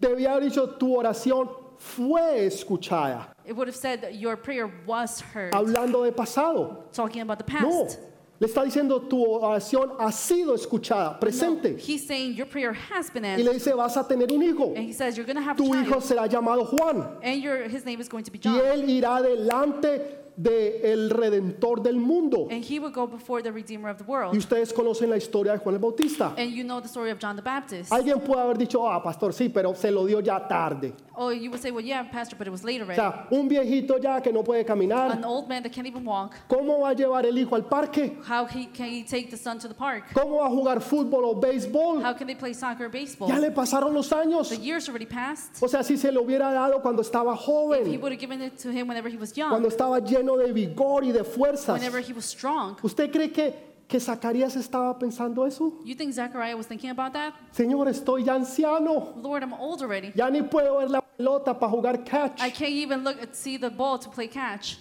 Speaker 1: Debía haber dicho, tu oración fue escuchada.
Speaker 2: It would have said that your prayer was heard,
Speaker 1: Hablando de pasado.
Speaker 2: talking about the
Speaker 1: No.
Speaker 2: past.
Speaker 1: Le está diciendo, tu oración ha sido escuchada,
Speaker 2: No,
Speaker 1: presente.
Speaker 2: he's saying your prayer has been
Speaker 1: Y le
Speaker 2: answered.
Speaker 1: dice, vas a tener un hijo.
Speaker 2: And he says you're going to have a
Speaker 1: Tu hijo
Speaker 2: child,
Speaker 1: será llamado Juan.
Speaker 2: and your, his name is going to be
Speaker 1: Y
Speaker 2: John.
Speaker 1: él irá delante del redentor del mundo.
Speaker 2: And he will go before the Redeemer of the world.
Speaker 1: Y ustedes conocen la historia de Juan el Bautista.
Speaker 2: And you know the story of John the Baptist.
Speaker 1: Alguien puede haber dicho, ah, pastor, sí, pero se lo dio ya tarde.
Speaker 2: Oh, you would say, well, yeah, Pastor, but it was later,
Speaker 1: O
Speaker 2: right?
Speaker 1: sea, un viejito ya que no puede
Speaker 2: An
Speaker 1: caminar,
Speaker 2: old man that can't even walk.
Speaker 1: ¿cómo va a llevar el hijo al parque?
Speaker 2: How he, can he take the son to the park?
Speaker 1: ¿Cómo va a jugar fútbol o béisbol?
Speaker 2: How can they play soccer or baseball?
Speaker 1: Ya le pasaron los años.
Speaker 2: The years already passed.
Speaker 1: O sea, si se lo hubiera dado cuando estaba
Speaker 2: If he
Speaker 1: joven,
Speaker 2: would have given it to him whenever he was young,
Speaker 1: cuando estaba lleno de vigor y de fuerzas.
Speaker 2: whenever he was strong.
Speaker 1: ¿Usted cree que, que Zacarías estaba pensando eso?
Speaker 2: You think Zechariah was thinking about that?
Speaker 1: Señor, estoy ya anciano.
Speaker 2: Lord, I'm old already.
Speaker 1: Ya ni puedo ver la pelota para jugar
Speaker 2: I
Speaker 1: catch.
Speaker 2: can't even look at see the ball to play catch.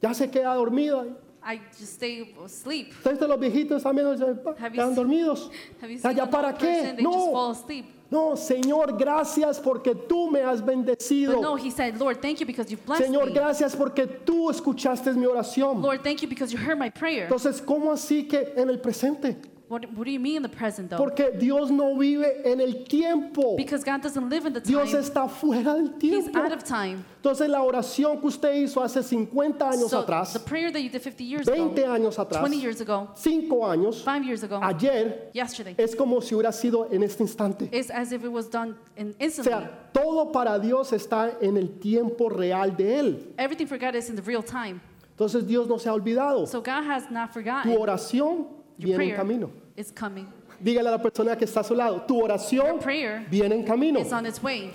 Speaker 1: Ya se queda dormida.
Speaker 2: I just stay asleep.
Speaker 1: Ustedes de los viejitos también se
Speaker 2: Have you
Speaker 1: quedan
Speaker 2: seen-
Speaker 1: dormidos.
Speaker 2: Have you
Speaker 1: O sea,
Speaker 2: seen
Speaker 1: ¿Ya
Speaker 2: an
Speaker 1: para
Speaker 2: old person?
Speaker 1: qué?
Speaker 2: They just
Speaker 1: No.
Speaker 2: fall asleep.
Speaker 1: No, Señor, gracias porque tú me has
Speaker 2: But Pues no,
Speaker 1: bendecido.
Speaker 2: he said, Lord, thank you because you've blessed
Speaker 1: Señor,
Speaker 2: me.
Speaker 1: gracias porque tú escuchaste mi oración.
Speaker 2: Lord, thank you because you heard my prayer.
Speaker 1: Entonces, ¿cómo así que en el presente?
Speaker 2: What, what do you mean in the present, though?
Speaker 1: Porque Dios no vive en el tiempo.
Speaker 2: Because God doesn't live in the
Speaker 1: Dios
Speaker 2: time.
Speaker 1: está fuera del
Speaker 2: He's
Speaker 1: tiempo.
Speaker 2: out of time.
Speaker 1: Entonces, la oración que usted hizo hace 50 años
Speaker 2: So the
Speaker 1: atrás,
Speaker 2: prayer that you did 50 years
Speaker 1: 20
Speaker 2: ago,
Speaker 1: años atrás,
Speaker 2: 20 years ago,
Speaker 1: 5 años,
Speaker 2: 5 years ago,
Speaker 1: ayer, Eh.
Speaker 2: yesterday,
Speaker 1: es como si hubiera sido en este instante.
Speaker 2: is as if it was done in
Speaker 1: O
Speaker 2: instantly.
Speaker 1: sea, todo para Dios está en el tiempo real de Él.
Speaker 2: Everything for God is in the real time.
Speaker 1: Entonces Dios no se ha olvidado.
Speaker 2: So God has not
Speaker 1: Tu
Speaker 2: forgotten.
Speaker 1: oración
Speaker 2: Your
Speaker 1: viene en
Speaker 2: prayer
Speaker 1: camino.
Speaker 2: is coming.
Speaker 1: Dígale a la persona que está a su lado, tu oración
Speaker 2: Your prayer
Speaker 1: viene en camino.
Speaker 2: is on its way.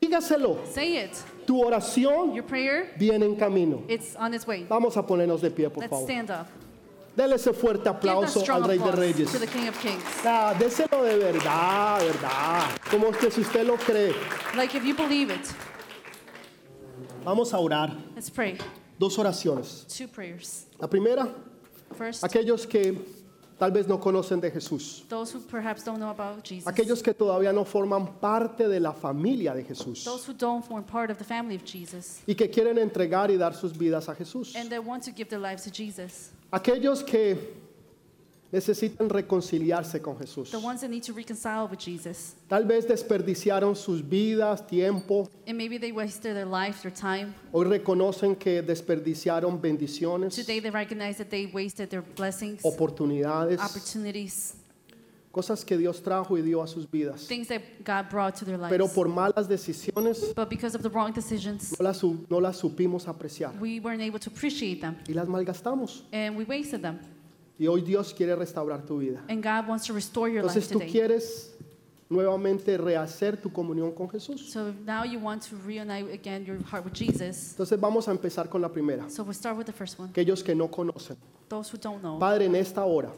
Speaker 1: Dígaselo,
Speaker 2: Say it.
Speaker 1: tu oración
Speaker 2: Your prayer,
Speaker 1: viene en camino.
Speaker 2: it's on its way.
Speaker 1: Vamos a ponernos de pie, por
Speaker 2: Let's
Speaker 1: favor.
Speaker 2: stand up.
Speaker 1: Dele ese fuerte
Speaker 2: Give that
Speaker 1: aplauso al
Speaker 2: strong
Speaker 1: Rey de
Speaker 2: applause to the
Speaker 1: Reyes.
Speaker 2: King of Kings.
Speaker 1: Ah, déselo de verdad, verdad. Como que si usted lo cree.
Speaker 2: Like if you believe it.
Speaker 1: Vamos a orar.
Speaker 2: Let's pray.
Speaker 1: Dos oraciones.
Speaker 2: Two prayers.
Speaker 1: La primera,
Speaker 2: First,
Speaker 1: Aquellos que tal vez no conocen de Jesús.
Speaker 2: those who perhaps don't know about Jesus.
Speaker 1: Aquellos que todavía no forman parte de la familia de
Speaker 2: Those
Speaker 1: Jesús.
Speaker 2: who don't form part of the family of Jesus
Speaker 1: Y que quieren entregar y dar sus vidas a Jesús.
Speaker 2: and they want to give their lives to Jesus.
Speaker 1: Aquellos que necesitan reconciliarse con Jesús.
Speaker 2: The ones that need to reconcile with Jesus.
Speaker 1: Tal vez desperdiciaron sus vidas, tiempo.
Speaker 2: And maybe they wasted their life, their time.
Speaker 1: Hoy reconocen que desperdiciaron bendiciones,
Speaker 2: Today they recognize that they wasted their blessings,
Speaker 1: Oh, oportunidades,
Speaker 2: opportunities,
Speaker 1: cosas que Dios trajo y dio a sus vidas.
Speaker 2: things that God brought to their lives.
Speaker 1: Pero por malas decisiones
Speaker 2: but because of the wrong decisions,
Speaker 1: no las, su- no las supimos apreciar
Speaker 2: we weren't able to appreciate them
Speaker 1: y las malgastamos.
Speaker 2: and we wasted them.
Speaker 1: Y hoy Dios quiere restaurar tu vida.
Speaker 2: And God wants to restore your
Speaker 1: Entonces tú
Speaker 2: life today.
Speaker 1: quieres nuevamente rehacer tu comunión con Jesús.
Speaker 2: So now you want to reunite again your heart with Jesus.
Speaker 1: Entonces vamos a empezar con la primera.
Speaker 2: So we'll start with the first one.
Speaker 1: Aquellos que no conocen.
Speaker 2: Those who don't know.
Speaker 1: Padre, en esta hora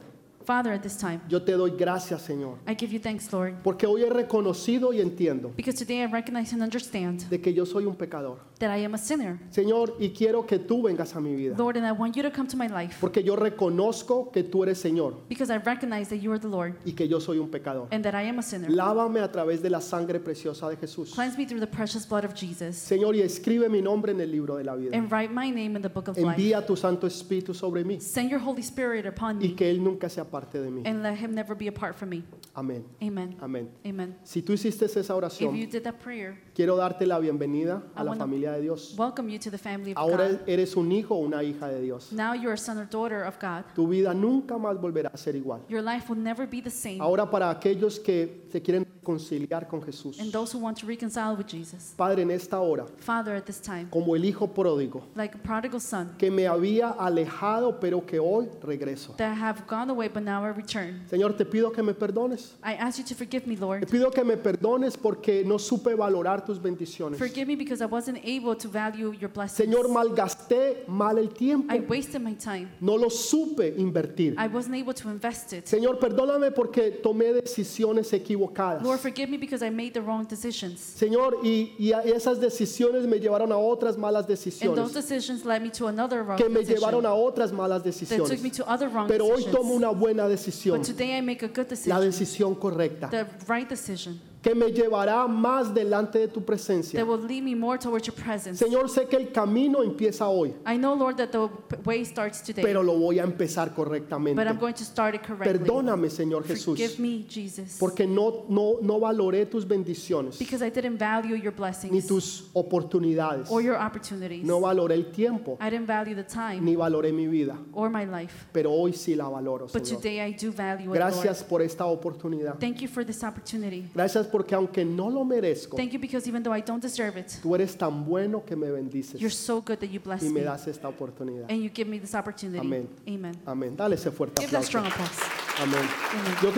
Speaker 2: Father, at this time,
Speaker 1: yo te doy gracias, Señor,
Speaker 2: I give you thanks, Lord,
Speaker 1: porque hoy he reconocido y entiendo
Speaker 2: because today I recognize and understand
Speaker 1: de que yo soy un pecador.
Speaker 2: that I am a sinner.
Speaker 1: Señor, y quiero que tú vengas a mi vida,
Speaker 2: Lord, and I want you to come to my life
Speaker 1: porque yo reconozco que tú eres Señor
Speaker 2: because I recognize that you are the Lord
Speaker 1: y que yo soy un pecador.
Speaker 2: and that I am a sinner.
Speaker 1: Lávame a través de la sangre preciosa de Jesús.
Speaker 2: Cleanse me through the precious blood of Jesus
Speaker 1: Señor, y escribe mi nombre en el libro de la vida.
Speaker 2: and write my name in the book of life.
Speaker 1: Envía tu Santo Espíritu sobre mí
Speaker 2: Send your Holy Spirit upon
Speaker 1: y
Speaker 2: me
Speaker 1: que Él nunca se aparte de mí.
Speaker 2: and let him never be apart from me.
Speaker 1: Amén.
Speaker 2: Amen.
Speaker 1: Amén.
Speaker 2: Amen.
Speaker 1: Si tú hiciste esa
Speaker 2: If you
Speaker 1: oración,
Speaker 2: did that prayer,
Speaker 1: quiero darte la bienvenida a
Speaker 2: I
Speaker 1: la
Speaker 2: wanna-
Speaker 1: familia de Dios.
Speaker 2: welcome you to the family of
Speaker 1: Ahora
Speaker 2: God.
Speaker 1: eres un hijo o una hija de Dios.
Speaker 2: Now you are a son or daughter of God.
Speaker 1: Tu vida nunca más volverá a ser igual.
Speaker 2: Your life will never be the same.
Speaker 1: Ahora para aquellos que se quieren reconciliar con Jesús.
Speaker 2: And those who want to reconcile with Jesus,
Speaker 1: Padre, en esta hora,
Speaker 2: Father, at this time,
Speaker 1: como el hijo pródigo,
Speaker 2: like a prodigal son,
Speaker 1: que me había alejado, pero que hoy regreso.
Speaker 2: that have gone away but now are returned.
Speaker 1: Señor, te pido que me perdones.
Speaker 2: I ask you to forgive me,
Speaker 1: Te
Speaker 2: Lord.
Speaker 1: pido que me perdones porque no supe valorar tus bendiciones.
Speaker 2: Forgive me because I wasn't able to value your blessings.
Speaker 1: Señor, malgasté mal el tiempo.
Speaker 2: I wasted my time.
Speaker 1: No lo supe invertir.
Speaker 2: I wasn't able to invest it.
Speaker 1: Señor, perdóname porque tomé decisiones equivocadas.
Speaker 2: Lord, forgive me because I made the wrong decisions.
Speaker 1: Señor, y, y a- esas decisiones me llevaron a otras malas
Speaker 2: And those
Speaker 1: decisiones,
Speaker 2: decisions led me to another wrong
Speaker 1: que me
Speaker 2: decision.
Speaker 1: llevaron a otras malas
Speaker 2: That took me
Speaker 1: decisiones.
Speaker 2: to other wrong
Speaker 1: Pero hoy
Speaker 2: decisions.
Speaker 1: tomo una buena decisión,
Speaker 2: But today I make a good
Speaker 1: la
Speaker 2: decision,
Speaker 1: decisión correcta,
Speaker 2: the right decision,
Speaker 1: que me llevará más delante de tu
Speaker 2: that
Speaker 1: presencia.
Speaker 2: will lead me more towards your presence.
Speaker 1: Señor, sé que el camino empieza hoy,
Speaker 2: I know, Lord, that the p- way starts today,
Speaker 1: pero lo voy a empezar
Speaker 2: but I'm
Speaker 1: correctamente.
Speaker 2: going to start it correctly.
Speaker 1: Perdóname, Señor Jesús,
Speaker 2: Forgive me, Jesus,
Speaker 1: porque no, no, no valoré tus bendiciones
Speaker 2: because I didn't value your
Speaker 1: ni
Speaker 2: blessings
Speaker 1: tus oportunidades.
Speaker 2: or your opportunities.
Speaker 1: No valoré el tiempo,
Speaker 2: I didn't value the time
Speaker 1: ni valoré mi vida,
Speaker 2: or my life,
Speaker 1: pero hoy sí la valoro,
Speaker 2: but
Speaker 1: Señor.
Speaker 2: today I do value it, Lord.
Speaker 1: Gracias por esta oportunidad.
Speaker 2: Thank you for this opportunity.
Speaker 1: Gracias porque aunque no lo merezco,
Speaker 2: Thank you because even though I don't deserve it,
Speaker 1: tú eres tan bueno que me
Speaker 2: you're
Speaker 1: bendices
Speaker 2: so good that you bless
Speaker 1: y me
Speaker 2: me
Speaker 1: das esta oportunidad.
Speaker 2: and you give me this opportunity.
Speaker 1: Amen.
Speaker 2: Amen.
Speaker 1: Amén. Dale ese fuerte
Speaker 2: Give that
Speaker 1: aplauso.
Speaker 2: strong applause.
Speaker 1: Amén.
Speaker 2: Amen.
Speaker 1: Yo creo